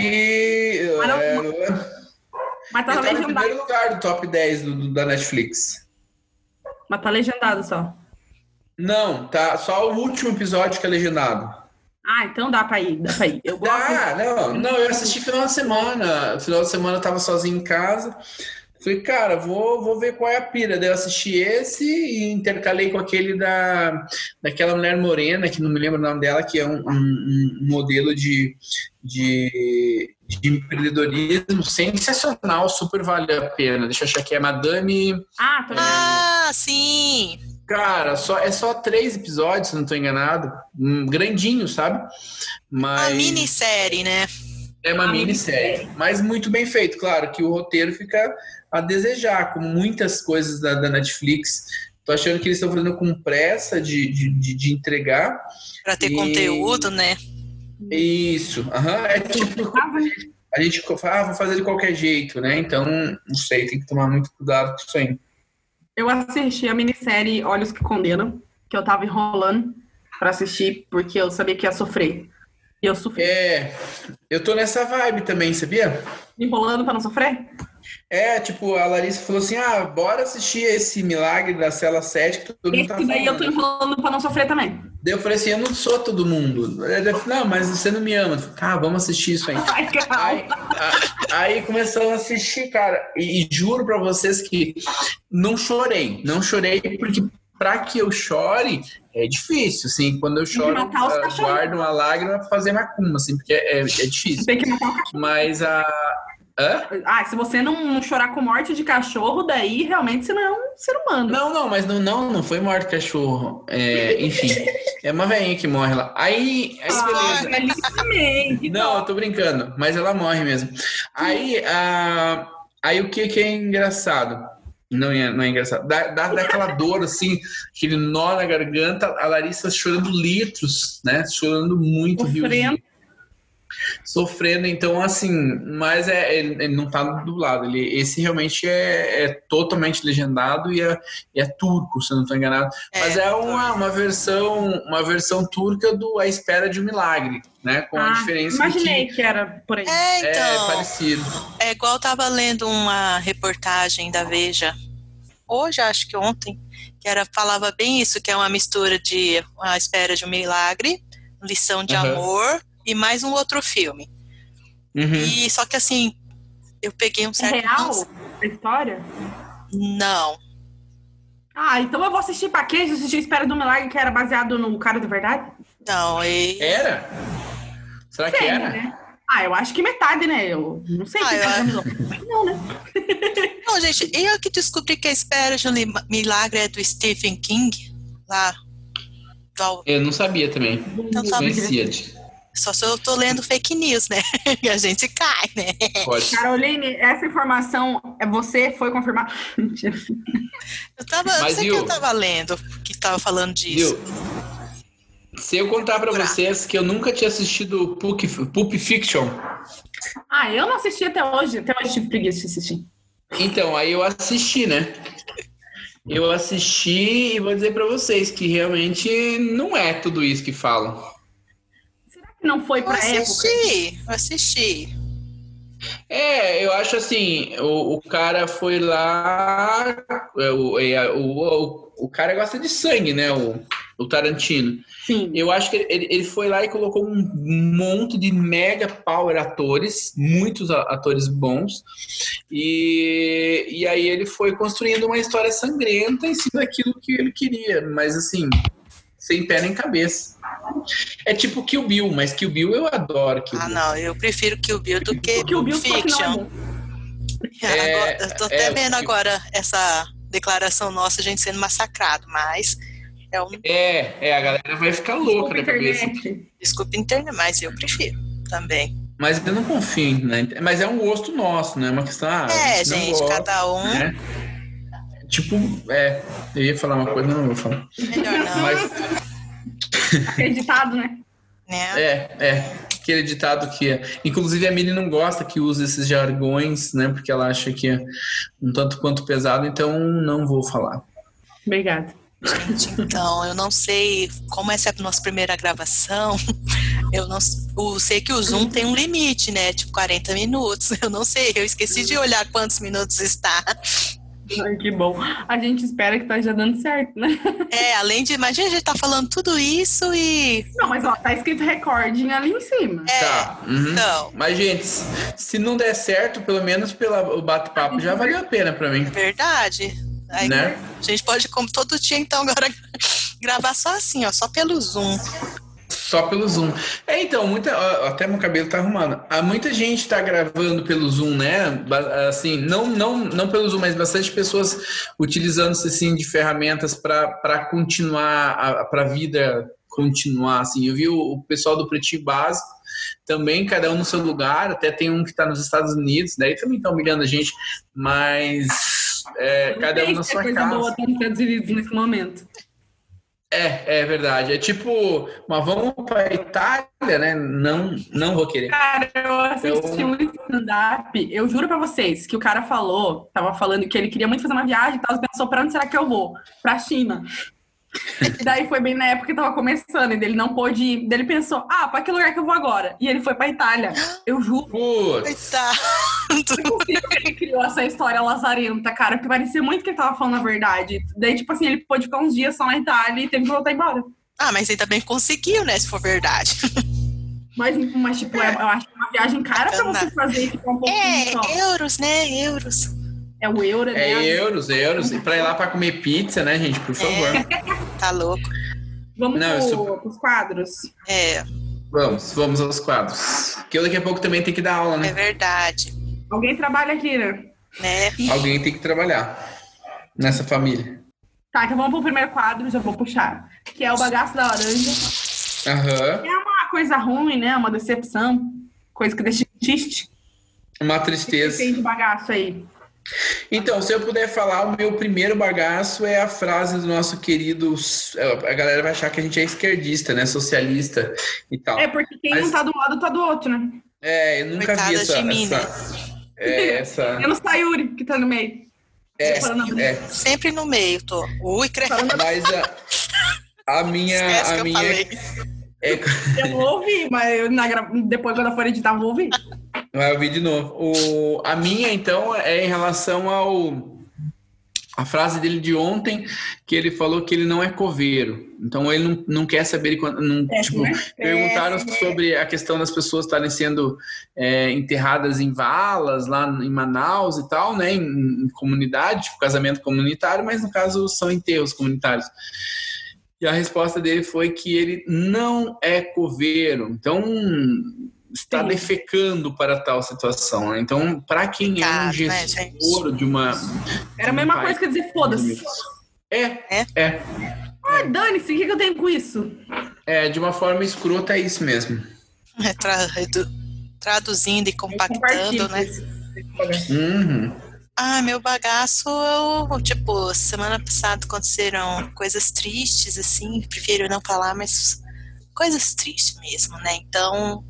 [SPEAKER 2] Ah, não.
[SPEAKER 3] é,
[SPEAKER 2] Mas tá
[SPEAKER 3] ele tava em
[SPEAKER 2] legendado.
[SPEAKER 3] primeiro lugar do top 10 do- do- da Netflix.
[SPEAKER 2] Mas tá legendado só.
[SPEAKER 3] Não, tá só o último episódio que é legendado.
[SPEAKER 2] Ah, então dá pra ir, dá pra ir. Eu gosto.
[SPEAKER 3] Ah, não, não, eu assisti final de semana. Final de semana eu tava sozinho em casa. Falei, cara, vou, vou ver qual é a pira. Daí eu assisti esse e intercalei com aquele da, daquela mulher morena, que não me lembro o nome dela, que é um, um- um modelo de, de, de empreendedorismo sensacional, super vale a pena. Deixa eu achar que é Madame.
[SPEAKER 2] Ah, tô ligado.
[SPEAKER 1] Ah, sim.
[SPEAKER 3] Cara, só, é só três episódios, se não tô enganado. Um, grandinho, sabe? Mas...
[SPEAKER 1] Uma minissérie, né?
[SPEAKER 3] É uma
[SPEAKER 2] Uma
[SPEAKER 3] minissérie, mas muito bem feito. Claro que o roteiro fica a desejar, como muitas coisas da, da Netflix. Tô achando que eles estão fazendo com pressa de, de, de- de entregar.
[SPEAKER 1] Pra ter
[SPEAKER 3] E-
[SPEAKER 1] conteúdo, né?
[SPEAKER 3] Isso. Aham, é tipo,
[SPEAKER 2] Ah, vai.
[SPEAKER 3] a gente co- fala, ah, vou fazer de qualquer jeito, né? Então, não sei, tem que tomar muito cuidado com isso aí.
[SPEAKER 2] Eu assisti a minissérie Olhos que Condenam, que eu tava enrolando pra assistir, porque eu sabia que ia sofrer. E eu sofri.
[SPEAKER 3] É, eu tô nessa vibe também, sabia?
[SPEAKER 2] Enrolando pra não sofrer?
[SPEAKER 3] É, tipo, a Larissa falou assim: ah, bora assistir esse milagre da cela 7 que todo mundo
[SPEAKER 2] Esse
[SPEAKER 3] tá
[SPEAKER 2] daí eu
[SPEAKER 3] falando.
[SPEAKER 2] tô enrolando pra não sofrer também.
[SPEAKER 3] Daí eu falei assim, eu não sou todo mundo. Aí ele falou, Não, mas você não me ama. Eu falei, Tá, vamos assistir isso aí.
[SPEAKER 2] Ai,
[SPEAKER 3] Aí,
[SPEAKER 2] calma.
[SPEAKER 3] a- aí começamos a assistir, cara. E, e juro pra vocês que não chorei. Não chorei porque pra que eu chore é difícil, assim. Quando eu choro,
[SPEAKER 2] que matar os
[SPEAKER 3] eu
[SPEAKER 2] cachorros.
[SPEAKER 3] guardo uma lágrima pra fazer macumba, assim, porque é, é difícil.
[SPEAKER 2] Tem que matar o
[SPEAKER 3] Mas a... Hã?
[SPEAKER 2] cachorro. Ah, se você não chorar com morte de cachorro, daí realmente você não é um ser humano.
[SPEAKER 3] Não, não, mas não, não, não foi morto cachorro. É, enfim, é uma veinha que morre lá. Aí, aí É beleza.
[SPEAKER 2] Ah, ali também. que
[SPEAKER 3] Não, eu tô brincando, mas ela morre mesmo. Aí, a, aí o que que é engraçado? Não é, não é engraçado. Dá, dá, dá aquela dor, assim, aquele nó na garganta, a Larissa chorando litros, né? Chorando muito, rios,
[SPEAKER 2] Sofrendo.
[SPEAKER 3] sofrendo. Então, assim, mas é, ele, ele não tá dublado. Ele, esse realmente é, é totalmente legendado e é, e é turco, se eu não tô enganado.
[SPEAKER 1] É,
[SPEAKER 3] Mas é uma, uma versão uma versão turca do A Espera de um Milagre, né? Com a
[SPEAKER 2] Ah,
[SPEAKER 3] diferença de
[SPEAKER 2] Imaginei que era por aí.
[SPEAKER 1] É,
[SPEAKER 3] que é
[SPEAKER 1] então.
[SPEAKER 3] parecido.
[SPEAKER 1] É igual eu tava lendo uma reportagem da Veja hoje, acho que ontem, que era falava bem isso, que é uma mistura de A Espera de um Milagre, Lição de
[SPEAKER 3] Aham.
[SPEAKER 1] Amor e mais um outro filme.
[SPEAKER 3] Uhum.
[SPEAKER 1] E só que assim, eu peguei um
[SPEAKER 2] É
[SPEAKER 1] certo
[SPEAKER 2] real
[SPEAKER 1] cansa-
[SPEAKER 2] a história?
[SPEAKER 1] Não.
[SPEAKER 2] Ah, então eu vou assistir pra quê? Eu assisti Espera do Milagre, que era baseado no cara de verdade?
[SPEAKER 1] Não, e
[SPEAKER 3] Era? Será que
[SPEAKER 2] Sei,
[SPEAKER 3] era?
[SPEAKER 2] né? Ah, eu acho que metade, né? Eu não sei.
[SPEAKER 1] Ah,
[SPEAKER 2] quem
[SPEAKER 1] eu
[SPEAKER 2] tá
[SPEAKER 1] acho-
[SPEAKER 2] fazendo- Não, né?
[SPEAKER 1] Não, gente, eu que descobri que a espera de um li- milagre é do Stephen King, lá. Do-
[SPEAKER 3] Eu não sabia também.
[SPEAKER 1] Não
[SPEAKER 3] Não
[SPEAKER 1] tava-
[SPEAKER 3] conhecia.
[SPEAKER 1] Só se eu tô lendo fake news, né? E a gente cai, né?
[SPEAKER 3] Pode.
[SPEAKER 2] Caroline, essa informação é você foi confirmar? Mentira.
[SPEAKER 1] Eu tava, eu não
[SPEAKER 3] Mas,
[SPEAKER 1] sei que
[SPEAKER 3] Yu?
[SPEAKER 1] eu tava lendo, que tava falando disso.
[SPEAKER 3] Viu? Se eu contar pra vocês que eu nunca tinha assistido Pulp, Pulp Fiction,
[SPEAKER 2] Ah, eu não assisti até hoje. Até hoje tive preguiça de assistir.
[SPEAKER 3] então aí eu assisti, né? Eu assisti e vou dizer pra vocês que realmente não é tudo isso que falam.
[SPEAKER 2] Não foi
[SPEAKER 1] Eu
[SPEAKER 2] pra época.
[SPEAKER 1] assisti, eu assisti.
[SPEAKER 3] É, eu acho assim, o, o cara foi lá, é, o, é, o, o, o cara gosta de sangue, né? O, o Tarantino.
[SPEAKER 2] Sim.
[SPEAKER 3] Eu acho que ele, ele foi lá e colocou um monte de mega power atores, muitos a- atores bons, e, e aí ele foi construindo uma história sangrenta em cima daquilo que ele queria, mas assim, sem pé nem cabeça. É tipo Kill Bill, mas Kill Bill eu adoro Kill
[SPEAKER 1] Ah,
[SPEAKER 3] Bill.
[SPEAKER 1] não, eu prefiro Kill Bill do que
[SPEAKER 2] Porque o Bill só que não é
[SPEAKER 1] Fiction.
[SPEAKER 2] bom.
[SPEAKER 3] É,
[SPEAKER 1] Agora- eu tô até
[SPEAKER 3] é,
[SPEAKER 1] vendo
[SPEAKER 3] Kill-
[SPEAKER 1] agora essa declaração nossa, a gente sendo massacrado, mas é um
[SPEAKER 3] É, é, a galera vai ficar louca
[SPEAKER 2] Desculpa,
[SPEAKER 3] na cabeça.
[SPEAKER 2] internet.
[SPEAKER 1] desculpa interna, mas eu prefiro também.
[SPEAKER 3] Mas eu não confio, em- né? Mas é um gosto nosso, né? É uma questão. Ah,
[SPEAKER 1] é,
[SPEAKER 3] não
[SPEAKER 1] gente,
[SPEAKER 3] gosta,
[SPEAKER 1] cada um
[SPEAKER 3] né? Tipo, é, eu ia falar uma coisa, mas não vou falar.
[SPEAKER 1] é melhor não, tá.
[SPEAKER 3] Mas
[SPEAKER 2] Acreditado, né?
[SPEAKER 1] né?
[SPEAKER 3] É, é. Aquele ditado que é. Inclusive a Miri não gosta que use esses jargões, né? Porque ela acha que é um tanto quanto pesado, então não vou falar.
[SPEAKER 2] Obrigada.
[SPEAKER 1] Gente, então, eu não sei como essa é a nossa primeira gravação. Eu não eu sei que o Zoom tem um limite, né? Tipo 40 minutos. Eu não sei, eu esqueci de olhar quantos minutos está.
[SPEAKER 2] Ai, que bom. A gente espera que tá já dando certo, né?
[SPEAKER 1] É, além de, imagina a gente tá falando tudo isso e
[SPEAKER 2] Não, mas ó, tá escrito recording ali em cima.
[SPEAKER 1] é,
[SPEAKER 3] Tá. uhum.
[SPEAKER 1] então,
[SPEAKER 3] Mas, gente, se não der certo, pelo menos pela, o bate-papo já valeu a pena pra
[SPEAKER 1] é
[SPEAKER 3] mim,
[SPEAKER 1] verdade. Aí,
[SPEAKER 3] né?
[SPEAKER 1] A gente pode, como todo dia, então, agora gravar só assim, ó, só pelo Zoom.
[SPEAKER 3] Só pelo Zoom. É, então, muita. ó, Até meu cabelo tá arrumado. Há muita gente tá gravando pelo Zoom, né? Ba- Assim, não, não, não pelo Zoom, mas bastante pessoas utilizando-se assim, de ferramentas para continuar, para a vida continuar. Assim. Eu vi o, o pessoal do Pretinho Básico também, cada um no seu lugar, até tem um que tá nos Estados Unidos, daí também tá humilhando a gente, mas é,
[SPEAKER 2] Não
[SPEAKER 3] cada
[SPEAKER 2] sei
[SPEAKER 3] um na
[SPEAKER 2] se é
[SPEAKER 3] sua
[SPEAKER 2] coisa
[SPEAKER 3] casa.
[SPEAKER 2] boa tá nos Estados Unidos nesse momento.
[SPEAKER 3] É, é verdade. É tipo, mas vamos para Itália, né? Não, não vou querer.
[SPEAKER 2] Cara, eu assisti
[SPEAKER 3] Eu-
[SPEAKER 2] um stand-up. Eu juro pra vocês que o cara falou, tava falando que ele queria muito fazer uma viagem e tal, e pensou, pra onde será que eu vou? Pra China. e daí foi bem na época que tava começando, e daí ele não pôde ir. Daí ele pensou, ah, pra que lugar que eu vou agora? E ele foi pra Itália. Eu juro.
[SPEAKER 3] Putz,
[SPEAKER 1] Coitado.
[SPEAKER 2] Não é possível que ele criou essa história lazarenta, cara, porque parecia muito que ele tava falando a verdade. Daí, tipo assim, ele pôde ficar uns dias só na Itália e teve que voltar embora.
[SPEAKER 1] Ah, mas ainda bem que conseguiu, né? Se for verdade.
[SPEAKER 2] Mas, mas tipo, é- eu acho que é uma viagem cara pra você fazer e ficar um
[SPEAKER 3] Uhum.
[SPEAKER 2] pouquinho só.
[SPEAKER 1] É, euros, né? Euros.
[SPEAKER 2] É o euro, né?
[SPEAKER 3] é euros, euros. E para ir lá para comer pizza, né, gente? Por favor.
[SPEAKER 1] Tá louco.
[SPEAKER 2] Vamos
[SPEAKER 3] Não,
[SPEAKER 2] pro,
[SPEAKER 3] isso-
[SPEAKER 2] pros quadros.
[SPEAKER 1] É,
[SPEAKER 3] Vamos, vamos aos quadros. Que eu daqui a pouco também tem que dar aula,
[SPEAKER 1] é
[SPEAKER 3] né?
[SPEAKER 1] verdade.
[SPEAKER 2] Alguém trabalha aqui, né?
[SPEAKER 1] Né?
[SPEAKER 3] Alguém tem que trabalhar nessa família.
[SPEAKER 2] Tá, então vamos pro primeiro quadro, já vou puxar. Que é o bagaço da laranja. É
[SPEAKER 3] Aham.
[SPEAKER 2] Uma coisa ruim, né? Uma decepção. Coisa que deixa triste.
[SPEAKER 3] Uma
[SPEAKER 2] Esse
[SPEAKER 3] tristeza.
[SPEAKER 2] tem de bagaço aí.
[SPEAKER 3] Então, se eu puder falar, o meu primeiro bagaço é a frase do nosso querido. é, A galera vai achar que a gente é esquerdista, né? Socialista e tal.
[SPEAKER 2] É porque quem
[SPEAKER 3] Mas-
[SPEAKER 2] não tá do lado, tá do outro, né?
[SPEAKER 3] É, eu nunca vi
[SPEAKER 1] Coitadas
[SPEAKER 3] essa.
[SPEAKER 1] de mim,
[SPEAKER 3] essa, é,
[SPEAKER 1] né?
[SPEAKER 3] essa.
[SPEAKER 2] Menos tá Yuri, que tá no meio.
[SPEAKER 3] É,
[SPEAKER 2] Falando-
[SPEAKER 3] é.
[SPEAKER 1] Sempre no meio, tô. Ui, cre...
[SPEAKER 2] falando-
[SPEAKER 3] Mas a, a minha.
[SPEAKER 1] Esquece
[SPEAKER 3] A
[SPEAKER 1] que eu
[SPEAKER 3] minha
[SPEAKER 1] falei.
[SPEAKER 3] é,
[SPEAKER 2] Eu vou ouvir, mas eu na gra- depois, quando eu for editar, eu vou ouvir.
[SPEAKER 3] vai ouvir de novo. O, a minha, então, é em relação é ao. a frase dele de ontem, que ele falou que ele não é coveiro. Então ele não, não quer saber. Não,
[SPEAKER 2] É,
[SPEAKER 3] tipo,
[SPEAKER 2] né?
[SPEAKER 3] perguntaram
[SPEAKER 1] É.
[SPEAKER 3] sobre a questão das pessoas estarem sendo é, enterradas em valas lá em Manaus e tal, né? Em, em comunidade, tipo casamento comunitário, mas no caso são enterros comunitários. E a resposta dele foi que ele não é coveiro. Então está Tá
[SPEAKER 2] Sim.
[SPEAKER 3] defecando para tal situação. né? Então, para quem é um
[SPEAKER 1] Complicado, né, gente?
[SPEAKER 3] gestor de uma
[SPEAKER 2] Era a mesma coisa que dizer, foda-se.
[SPEAKER 3] é,
[SPEAKER 1] É?
[SPEAKER 3] é,
[SPEAKER 2] Ah, dane-se, o que, que eu tenho com isso?
[SPEAKER 3] é, de uma forma escrota é isso mesmo.
[SPEAKER 1] É, tra- redu- traduzindo e compactando, né?
[SPEAKER 3] Uhum.
[SPEAKER 1] Ah, meu bagaço, eu, tipo, semana passada aconteceram coisas tristes, assim, prefiro não falar, mas coisas tristes mesmo, né? Então,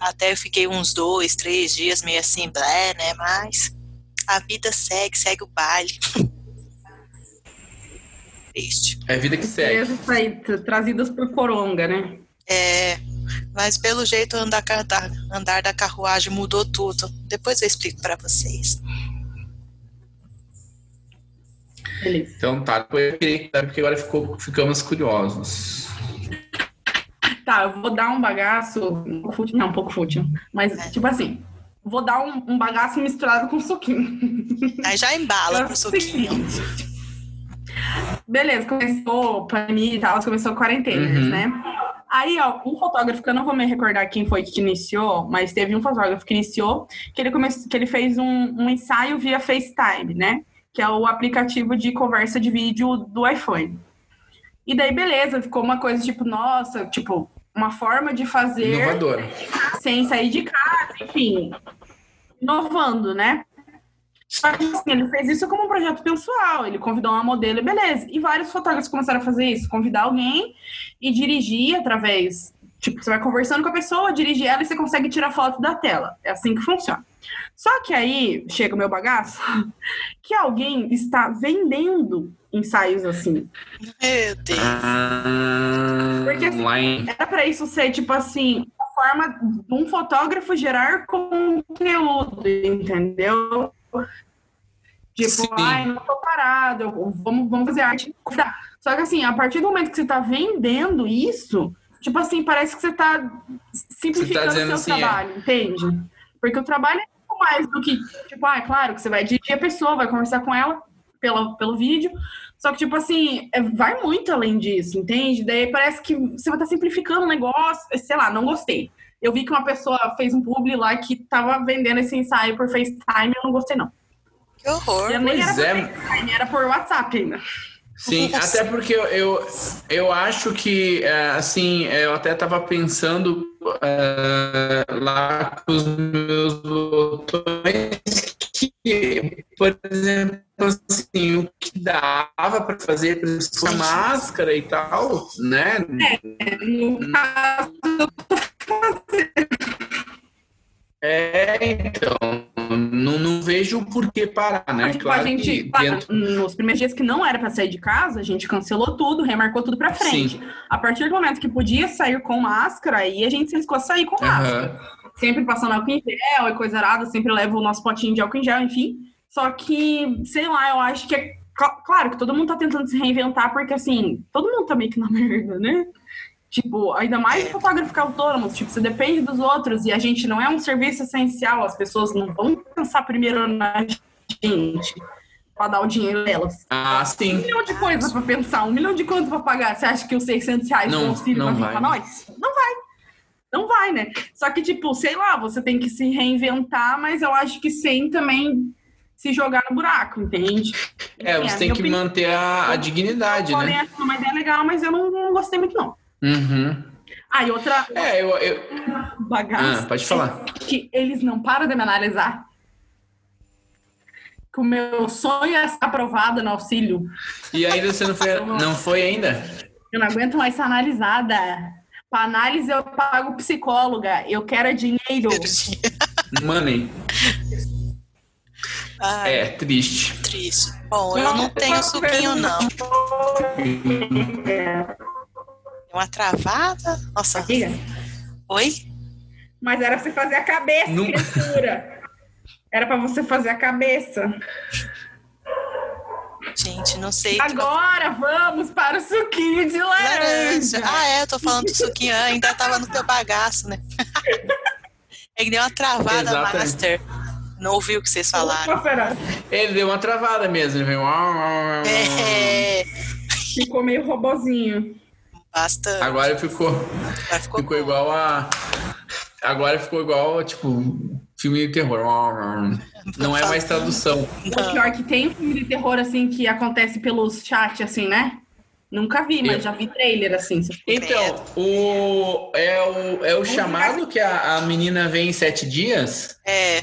[SPEAKER 1] até eu fiquei uns dois, três dias meio assim, blé, né? Mas a vida segue, segue o baile. Triste.
[SPEAKER 3] É a vida que segue.
[SPEAKER 2] Empresas aí, tra- trazidas por Coronga, né?
[SPEAKER 1] É, mas pelo jeito andar, ca- da- andar da carruagem mudou tudo. Depois eu explico pra vocês.
[SPEAKER 2] Beleza.
[SPEAKER 3] Então tá, depois eu queria que porque agora ficou, ficamos curiosos.
[SPEAKER 2] Tá, eu vou dar um bagaço. Um pouco fútil, não, um pouco fútil. Mas,
[SPEAKER 1] É.
[SPEAKER 2] tipo assim, vou dar um, um bagaço misturado com suquinho.
[SPEAKER 1] Aí já
[SPEAKER 2] É
[SPEAKER 1] embala
[SPEAKER 2] o
[SPEAKER 1] pro suquinho.
[SPEAKER 2] seguinte. Beleza, começou pandemia e tal, começou a quarentena,
[SPEAKER 3] Uhum.
[SPEAKER 2] né? Aí, ó, um fotógrafo, que eu não vou me recordar quem foi que iniciou, mas teve um fotógrafo que iniciou, que ele, come... que ele fez um, um ensaio via FaceTime, né? Que é o aplicativo de conversa de vídeo do iPhone. E daí, beleza, ficou uma coisa tipo, nossa, tipo, uma forma de fazer
[SPEAKER 3] Inovadora.
[SPEAKER 2] sem sair de casa, enfim, inovando, né? Só que assim, ele fez isso como um projeto pessoal, ele convidou uma modelo e beleza. E vários fotógrafos começaram a fazer isso, convidar alguém e dirigir através. Tipo, você vai conversando com a pessoa, dirige ela e você consegue tirar foto da tela. É assim que funciona. Só que aí chega o meu bagaço que alguém está vendendo ensaios assim.
[SPEAKER 1] Meu Deus.
[SPEAKER 3] Ah,
[SPEAKER 2] Porque assim-
[SPEAKER 3] online.
[SPEAKER 2] era para isso ser tipo assim uma forma de um fotógrafo gerar conteúdo, entendeu? Tipo,
[SPEAKER 3] Sim.
[SPEAKER 2] ai, não tô parado, eu- vamos, vamos fazer arte. Só que assim, a partir do momento que você tá vendendo isso, tipo assim, parece que você tá simplificando o
[SPEAKER 3] dizendo
[SPEAKER 2] seu
[SPEAKER 3] assim, é.
[SPEAKER 2] trabalho, entende? Porque o trabalho é muito mais do que, tipo, ah, é claro que você vai dirigir a pessoa, vai conversar com ela pela, pelo vídeo, só que, tipo assim, é- vai muito além disso, entende? Daí parece que você vai estar simplificando o negócio, sei lá, não gostei. Eu vi que uma pessoa fez um publi lá que tava vendendo esse ensaio por FaceTime, eu não gostei, não.
[SPEAKER 1] Que horror.
[SPEAKER 2] E nem
[SPEAKER 3] Pois
[SPEAKER 2] era
[SPEAKER 3] é,
[SPEAKER 2] por FaceTime, era por WhatsApp ainda.
[SPEAKER 3] Sim,
[SPEAKER 1] Nossa.
[SPEAKER 3] até porque eu, eu, eu acho que, é, assim, eu até estava pensando é, lá com os meus botões que, por exemplo, assim, o que dava para fazer, por exemplo, a máscara e tal, né?
[SPEAKER 2] É,
[SPEAKER 3] Hum.
[SPEAKER 2] No caso,
[SPEAKER 3] É, então, não, não vejo o porquê parar, né?
[SPEAKER 2] tipo,
[SPEAKER 3] claro
[SPEAKER 2] a gente,
[SPEAKER 3] que
[SPEAKER 2] claro,
[SPEAKER 3] dentro...
[SPEAKER 2] nos primeiros dias que não era pra sair de casa, a gente cancelou tudo, remarcou tudo pra frente.
[SPEAKER 3] Sim,
[SPEAKER 2] A partir do momento que podia sair com máscara, aí a gente se arriscou a sair com máscara.
[SPEAKER 3] aham.
[SPEAKER 2] sempre passando álcool em gel e coisa arada, sempre leva o nosso potinho de álcool em gel, enfim. Só que, sei lá, eu acho que é. cl- Claro que todo mundo tá tentando se reinventar, porque assim, todo mundo tá meio que na merda, né? Tipo, ainda mais fotógrafo que é autônomo, tipo, você depende dos outros e a gente não é um serviço essencial, as pessoas não vão pensar primeiro na gente pra dar o dinheiro delas.
[SPEAKER 3] Ah,
[SPEAKER 2] Um
[SPEAKER 3] sim.
[SPEAKER 2] milhão de coisas pra pensar, um milhão de contas pra pagar. Você acha que os 600 reais
[SPEAKER 3] Não,
[SPEAKER 2] do auxílio
[SPEAKER 3] não
[SPEAKER 2] vai vir
[SPEAKER 3] vai.
[SPEAKER 2] pra nós? Não vai. Não vai, né? Só que, tipo, sei lá, você tem que se reinventar, mas eu acho que sem também se jogar no buraco, entende?
[SPEAKER 3] É,
[SPEAKER 2] Enfim,
[SPEAKER 3] você
[SPEAKER 2] a
[SPEAKER 3] tem
[SPEAKER 2] minha
[SPEAKER 3] que
[SPEAKER 2] opinião.
[SPEAKER 3] manter a, a dignidade,
[SPEAKER 2] Podem
[SPEAKER 3] né?
[SPEAKER 2] achar uma ideia legal, mas eu não, não gostei muito, não.
[SPEAKER 3] Uhum.
[SPEAKER 2] Ah, e outra
[SPEAKER 3] É, eu, eu... Ah,
[SPEAKER 2] bagaça
[SPEAKER 3] pode falar.
[SPEAKER 2] que eles não param de me analisar. Que o meu sonho é ser aprovada no auxílio.
[SPEAKER 3] E ainda você não foi, não foi ainda?
[SPEAKER 2] Eu não aguento mais ser analisada. Pra análise eu pago psicóloga. Eu quero é dinheiro.
[SPEAKER 3] Money.
[SPEAKER 1] Ai,
[SPEAKER 3] É, triste.
[SPEAKER 1] Ah, triste. Bom, eu não tenho suquinho, não. Deu Uma travada. Nossa,
[SPEAKER 2] Diga.
[SPEAKER 1] oi?
[SPEAKER 2] Mas era pra você fazer a cabeça,
[SPEAKER 3] Não-
[SPEAKER 2] criatura. Era pra você fazer a cabeça.
[SPEAKER 1] Gente, não sei.
[SPEAKER 2] Agora vamos para o suquinho de laranja.
[SPEAKER 1] Laranja. Ah, é, eu tô falando do suquinho, ah, ainda tava no teu bagaço, né? É que deu uma travada,
[SPEAKER 3] Exatamente.
[SPEAKER 1] Master. Não ouviu o que vocês falaram.
[SPEAKER 2] Opa, pera,
[SPEAKER 3] Ele deu uma travada mesmo, ele veio.
[SPEAKER 1] É,
[SPEAKER 2] Ficou meio robozinho.
[SPEAKER 1] basta.
[SPEAKER 3] Agora ficou,
[SPEAKER 1] Agora ficou,
[SPEAKER 3] ficou
[SPEAKER 1] bom.
[SPEAKER 3] igual a. Agora ficou igual, tipo, filme de terror. Não é mais tradução.
[SPEAKER 2] O
[SPEAKER 1] Não.
[SPEAKER 2] pior é que tem filme de terror, assim, que acontece pelos chat, assim, né? Nunca vi, mas
[SPEAKER 3] Eu-
[SPEAKER 2] já vi trailer, assim. essas coisas.
[SPEAKER 3] Então, o, é o, é o chamado que a, a menina vem em sete dias.
[SPEAKER 1] É,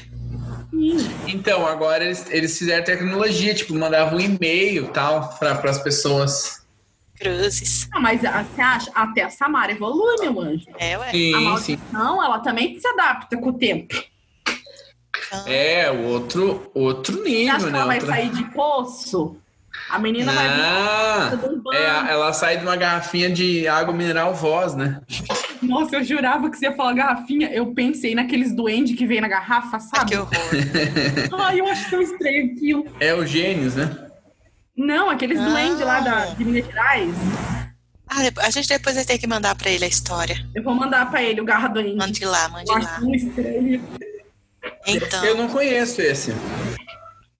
[SPEAKER 3] Então, agora eles, eles fizeram tecnologia, tipo, mandavam um e-mail tal para as pessoas.
[SPEAKER 1] cruzes.
[SPEAKER 2] Ah, mas ah, você acha? Até a Samara evolui, meu anjo.
[SPEAKER 1] É, ué.
[SPEAKER 2] A
[SPEAKER 3] Sim, sim.
[SPEAKER 2] maldição, ela também se adapta com o tempo.
[SPEAKER 1] Então,
[SPEAKER 3] É, outro, outro
[SPEAKER 2] Você
[SPEAKER 3] nível,
[SPEAKER 2] acha que
[SPEAKER 3] né?
[SPEAKER 2] ela vai
[SPEAKER 3] Outra-
[SPEAKER 2] sair de poço? A menina vai vir
[SPEAKER 3] Ah,
[SPEAKER 2] de um banho.
[SPEAKER 3] é, ela sai de uma garrafinha de água mineral voz, né?
[SPEAKER 2] Nossa, eu jurava que você ia falar garrafinha. Eu pensei naqueles duende que vem na garrafa,
[SPEAKER 1] ah, que
[SPEAKER 2] sabe?
[SPEAKER 1] horror.
[SPEAKER 2] Ai, eu acho tão estranho aquilo.
[SPEAKER 3] É o Gênios, né?
[SPEAKER 2] Não, aqueles
[SPEAKER 1] Ah.
[SPEAKER 2] duende lá da, de Minas Gerais.
[SPEAKER 1] Ah, depois- a gente depois vai ter que mandar pra ele a história.
[SPEAKER 2] Eu vou mandar pra ele o garra duende.
[SPEAKER 1] Mande lá, mande
[SPEAKER 2] eu acho
[SPEAKER 1] lá.
[SPEAKER 2] tão estranho.
[SPEAKER 1] Então,
[SPEAKER 3] Eu não conheço esse.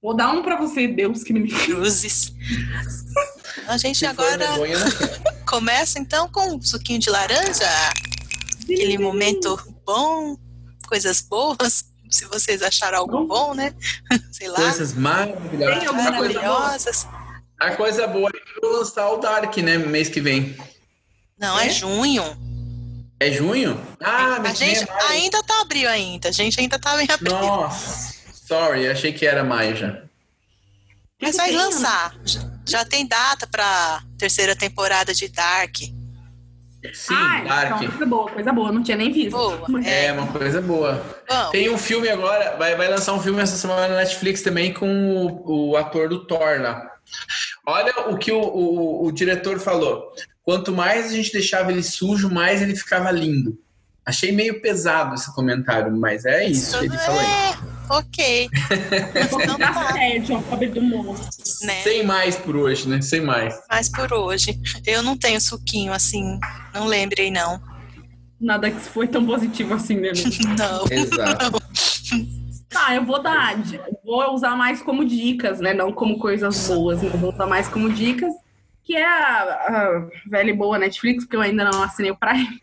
[SPEAKER 2] Vou dar um pra você, Deus que me livre.
[SPEAKER 1] cruzes. A gente
[SPEAKER 3] Se for
[SPEAKER 1] agora
[SPEAKER 3] vergonha, não quero.
[SPEAKER 1] começa então com um suquinho de laranja. Aquele momento bom, coisas boas. Se vocês acharam algo bom, né? Sei lá.
[SPEAKER 3] Coisas maravilhosas.
[SPEAKER 2] Tem
[SPEAKER 3] A coisa, boa,
[SPEAKER 1] Maravilhosas.
[SPEAKER 3] a coisa boa é que eu vou lançar o Dark, né? Mês que vem.
[SPEAKER 1] Não, é
[SPEAKER 2] É?
[SPEAKER 1] junho.
[SPEAKER 3] É junho? Ah,
[SPEAKER 1] a
[SPEAKER 3] mês que vem
[SPEAKER 1] gente
[SPEAKER 3] é maio.
[SPEAKER 1] ainda tá abril ainda. A gente ainda tá em abril.
[SPEAKER 3] Nossa, sorry, achei que era maio já.
[SPEAKER 1] Mas
[SPEAKER 2] Que
[SPEAKER 1] vai
[SPEAKER 2] pena.
[SPEAKER 1] lançar. Já- Já tem data pra terceira temporada de Dark.
[SPEAKER 3] Sim,
[SPEAKER 2] Ai,
[SPEAKER 3] Dark.
[SPEAKER 2] então, coisa boa, coisa boa. Não tinha nem visto.
[SPEAKER 1] Boa.
[SPEAKER 3] Ah, É
[SPEAKER 1] É,
[SPEAKER 3] uma coisa boa.
[SPEAKER 1] bom.
[SPEAKER 3] Tem um filme agora, vai, vai lançar um filme essa semana na Netflix também com o, o ator do Thor lá. Olha o que o, o- o diretor falou. Quanto mais a gente deixava ele sujo, mais ele ficava lindo. Achei meio pesado esse comentário, mas é isso. que Ele falou aí.
[SPEAKER 1] É, ok. Então
[SPEAKER 2] Dá
[SPEAKER 1] tá,
[SPEAKER 2] sede, ó, pobre do monstro.
[SPEAKER 1] né?
[SPEAKER 3] Sem mais por hoje, né? Sem mais.
[SPEAKER 1] Mas por hoje, eu não tenho suquinho assim. Não lembrei, não.
[SPEAKER 2] Nada que foi tão positivo assim, né? amiga?
[SPEAKER 1] Não.
[SPEAKER 3] Exato.
[SPEAKER 2] Tá, eu vou dar. Vou usar mais como dicas, né? Não como coisas boas, mas vou usar mais como dicas. Que é a, a velha e boa Netflix, porque eu ainda não assinei o Prime.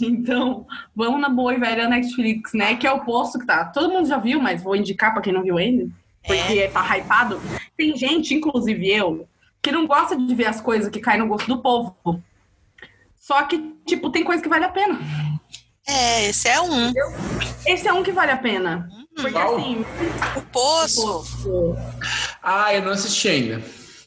[SPEAKER 2] Então, vamos na boa e velha Netflix, né? Que é o posto que tá. Todo mundo já viu, mas vou indicar pra quem não viu ainda. Porque
[SPEAKER 1] É,
[SPEAKER 2] tá hypado. Tem gente, inclusive eu, que não gosta de ver as coisas que caem no gosto do povo. Só que, tipo, tem coisa que vale a pena.
[SPEAKER 1] é, esse é um.
[SPEAKER 2] Esse é um que vale a pena. Porque
[SPEAKER 3] Qual?
[SPEAKER 2] assim, tipo,
[SPEAKER 1] O poço.
[SPEAKER 2] posto.
[SPEAKER 3] Ah, eu não assisti ainda.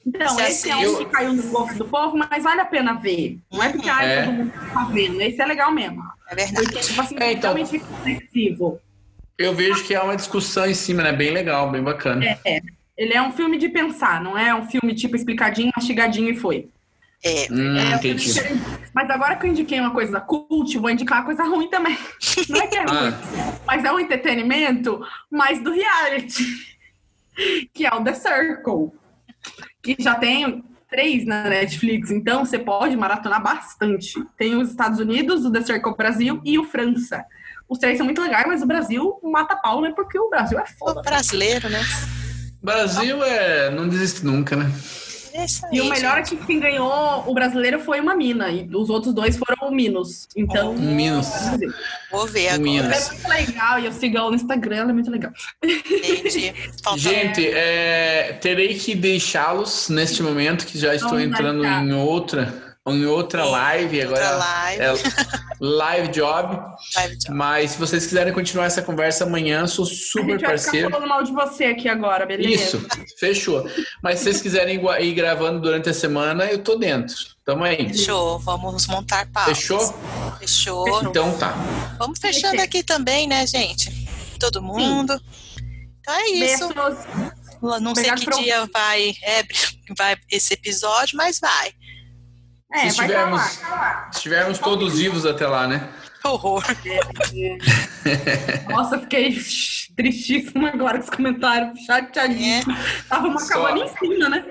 [SPEAKER 2] Então,
[SPEAKER 1] Você
[SPEAKER 2] esse é um
[SPEAKER 3] assim,
[SPEAKER 1] assistiu?
[SPEAKER 2] que caiu no golpe do povo, mas vale a pena ver. Não é porque ai,
[SPEAKER 3] É.
[SPEAKER 2] todo mundo tá vendo. Esse é legal mesmo.
[SPEAKER 1] É verdade.
[SPEAKER 2] Porque, tipo assim,
[SPEAKER 3] É, então.
[SPEAKER 2] realmente fica reflexivo.
[SPEAKER 3] Eu vejo que há uma discussão em cima, né? Bem legal, bem bacana.
[SPEAKER 2] Ele é um filme de pensar, não é um filme, tipo, explicadinho, mastigadinho e foi.
[SPEAKER 1] É.
[SPEAKER 3] Hum,
[SPEAKER 2] É, eu
[SPEAKER 3] entendi.
[SPEAKER 2] também quero- Mas agora que eu indiquei uma coisa cult, vou indicar uma coisa ruim também. Não é que é ruim,
[SPEAKER 3] Ah,
[SPEAKER 2] mas é um entretenimento mais do reality. Que é o The Circle. Que já tem três na Netflix, então você pode maratonar bastante. Tem os Estados Unidos, o The Circle Brasil e o França. Os três são muito legais, mas o Brasil mata pau, né? Porque o Brasil é
[SPEAKER 1] O
[SPEAKER 2] foda.
[SPEAKER 1] brasileiro, né?
[SPEAKER 3] Brasil é. Não desiste nunca, né?
[SPEAKER 1] É isso aí.
[SPEAKER 2] E o melhor é que quem ganhou o brasileiro foi uma mina, e os outros dois foram o Minos. Então.
[SPEAKER 3] Um Minos.
[SPEAKER 2] Brasil.
[SPEAKER 1] gente. Vou ver agora.
[SPEAKER 3] Minas.
[SPEAKER 2] É muito legal, e eu sigo ela no Instagram, ela é muito legal.
[SPEAKER 1] Entendi. Falta
[SPEAKER 3] Gente, é, terei que deixá-los neste momento, que já estou
[SPEAKER 2] Vamos
[SPEAKER 3] entrando
[SPEAKER 2] marcar.
[SPEAKER 3] em outra, em outra live
[SPEAKER 1] outra
[SPEAKER 3] agora.
[SPEAKER 1] live.
[SPEAKER 3] É live job.
[SPEAKER 1] live de-
[SPEAKER 3] Mas se vocês quiserem continuar essa conversa amanhã, sou
[SPEAKER 2] a
[SPEAKER 3] super
[SPEAKER 2] gente vai ficar
[SPEAKER 3] parceiro.
[SPEAKER 2] falando mal de você aqui agora, beleza?
[SPEAKER 3] Isso, fechou. Mas se vocês quiserem gua- ir gravando durante a semana, eu tô dentro. Tamo aí.
[SPEAKER 1] Fechou. Vamos montar pautas.
[SPEAKER 3] Fechou?
[SPEAKER 1] Fechou.
[SPEAKER 3] Então tá.
[SPEAKER 1] Vamos fechando
[SPEAKER 2] Fechei.
[SPEAKER 1] aqui também, né, gente? Todo mundo. Então é isso.
[SPEAKER 2] Beijos.
[SPEAKER 1] Não sei
[SPEAKER 2] Obrigado
[SPEAKER 1] que
[SPEAKER 2] por ouvir.
[SPEAKER 1] dia vai, é, vai esse episódio, mas vai.
[SPEAKER 2] É,
[SPEAKER 3] se,
[SPEAKER 2] vai estar lá.
[SPEAKER 3] estivermos, se estivermos todos vivos até lá, né?
[SPEAKER 1] Que horror.
[SPEAKER 2] Nossa, fiquei
[SPEAKER 1] É.
[SPEAKER 2] tristíssima agora com os comentários, chateadíssima. Tava uma
[SPEAKER 3] Só-
[SPEAKER 2] cabana em cima, né?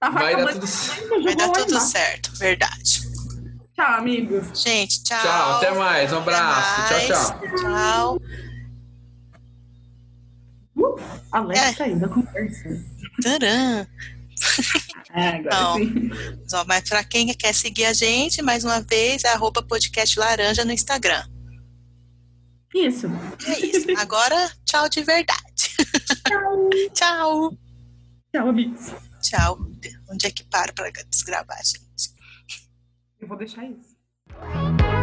[SPEAKER 2] A vaca
[SPEAKER 3] Vai dar
[SPEAKER 2] mãe
[SPEAKER 3] tudo certo.
[SPEAKER 2] não
[SPEAKER 1] Vai dar
[SPEAKER 2] julgou
[SPEAKER 1] tudo
[SPEAKER 2] animal.
[SPEAKER 1] certo, verdade.
[SPEAKER 2] Tchau, amigos.
[SPEAKER 1] Gente, tchau.
[SPEAKER 3] Tchau, até mais. Um abraço.
[SPEAKER 1] Até
[SPEAKER 3] Tchau, tchau.
[SPEAKER 1] mais. Tchau.
[SPEAKER 2] Alexa
[SPEAKER 1] É.
[SPEAKER 2] ainda conversa.
[SPEAKER 1] Tcharam.
[SPEAKER 2] É, agora
[SPEAKER 1] Não.
[SPEAKER 2] sim.
[SPEAKER 1] Só, mas para quem quer seguir a gente, mais uma vez, é arroba podcast laranja no Instagram.
[SPEAKER 2] Isso.
[SPEAKER 1] É isso. Agora, tchau de verdade.
[SPEAKER 2] Tchau.
[SPEAKER 1] Tchau.
[SPEAKER 2] Tchau, amigos.
[SPEAKER 1] Tchau. Um Onde é que para para desgravar, gente?
[SPEAKER 2] Eu vou deixar isso.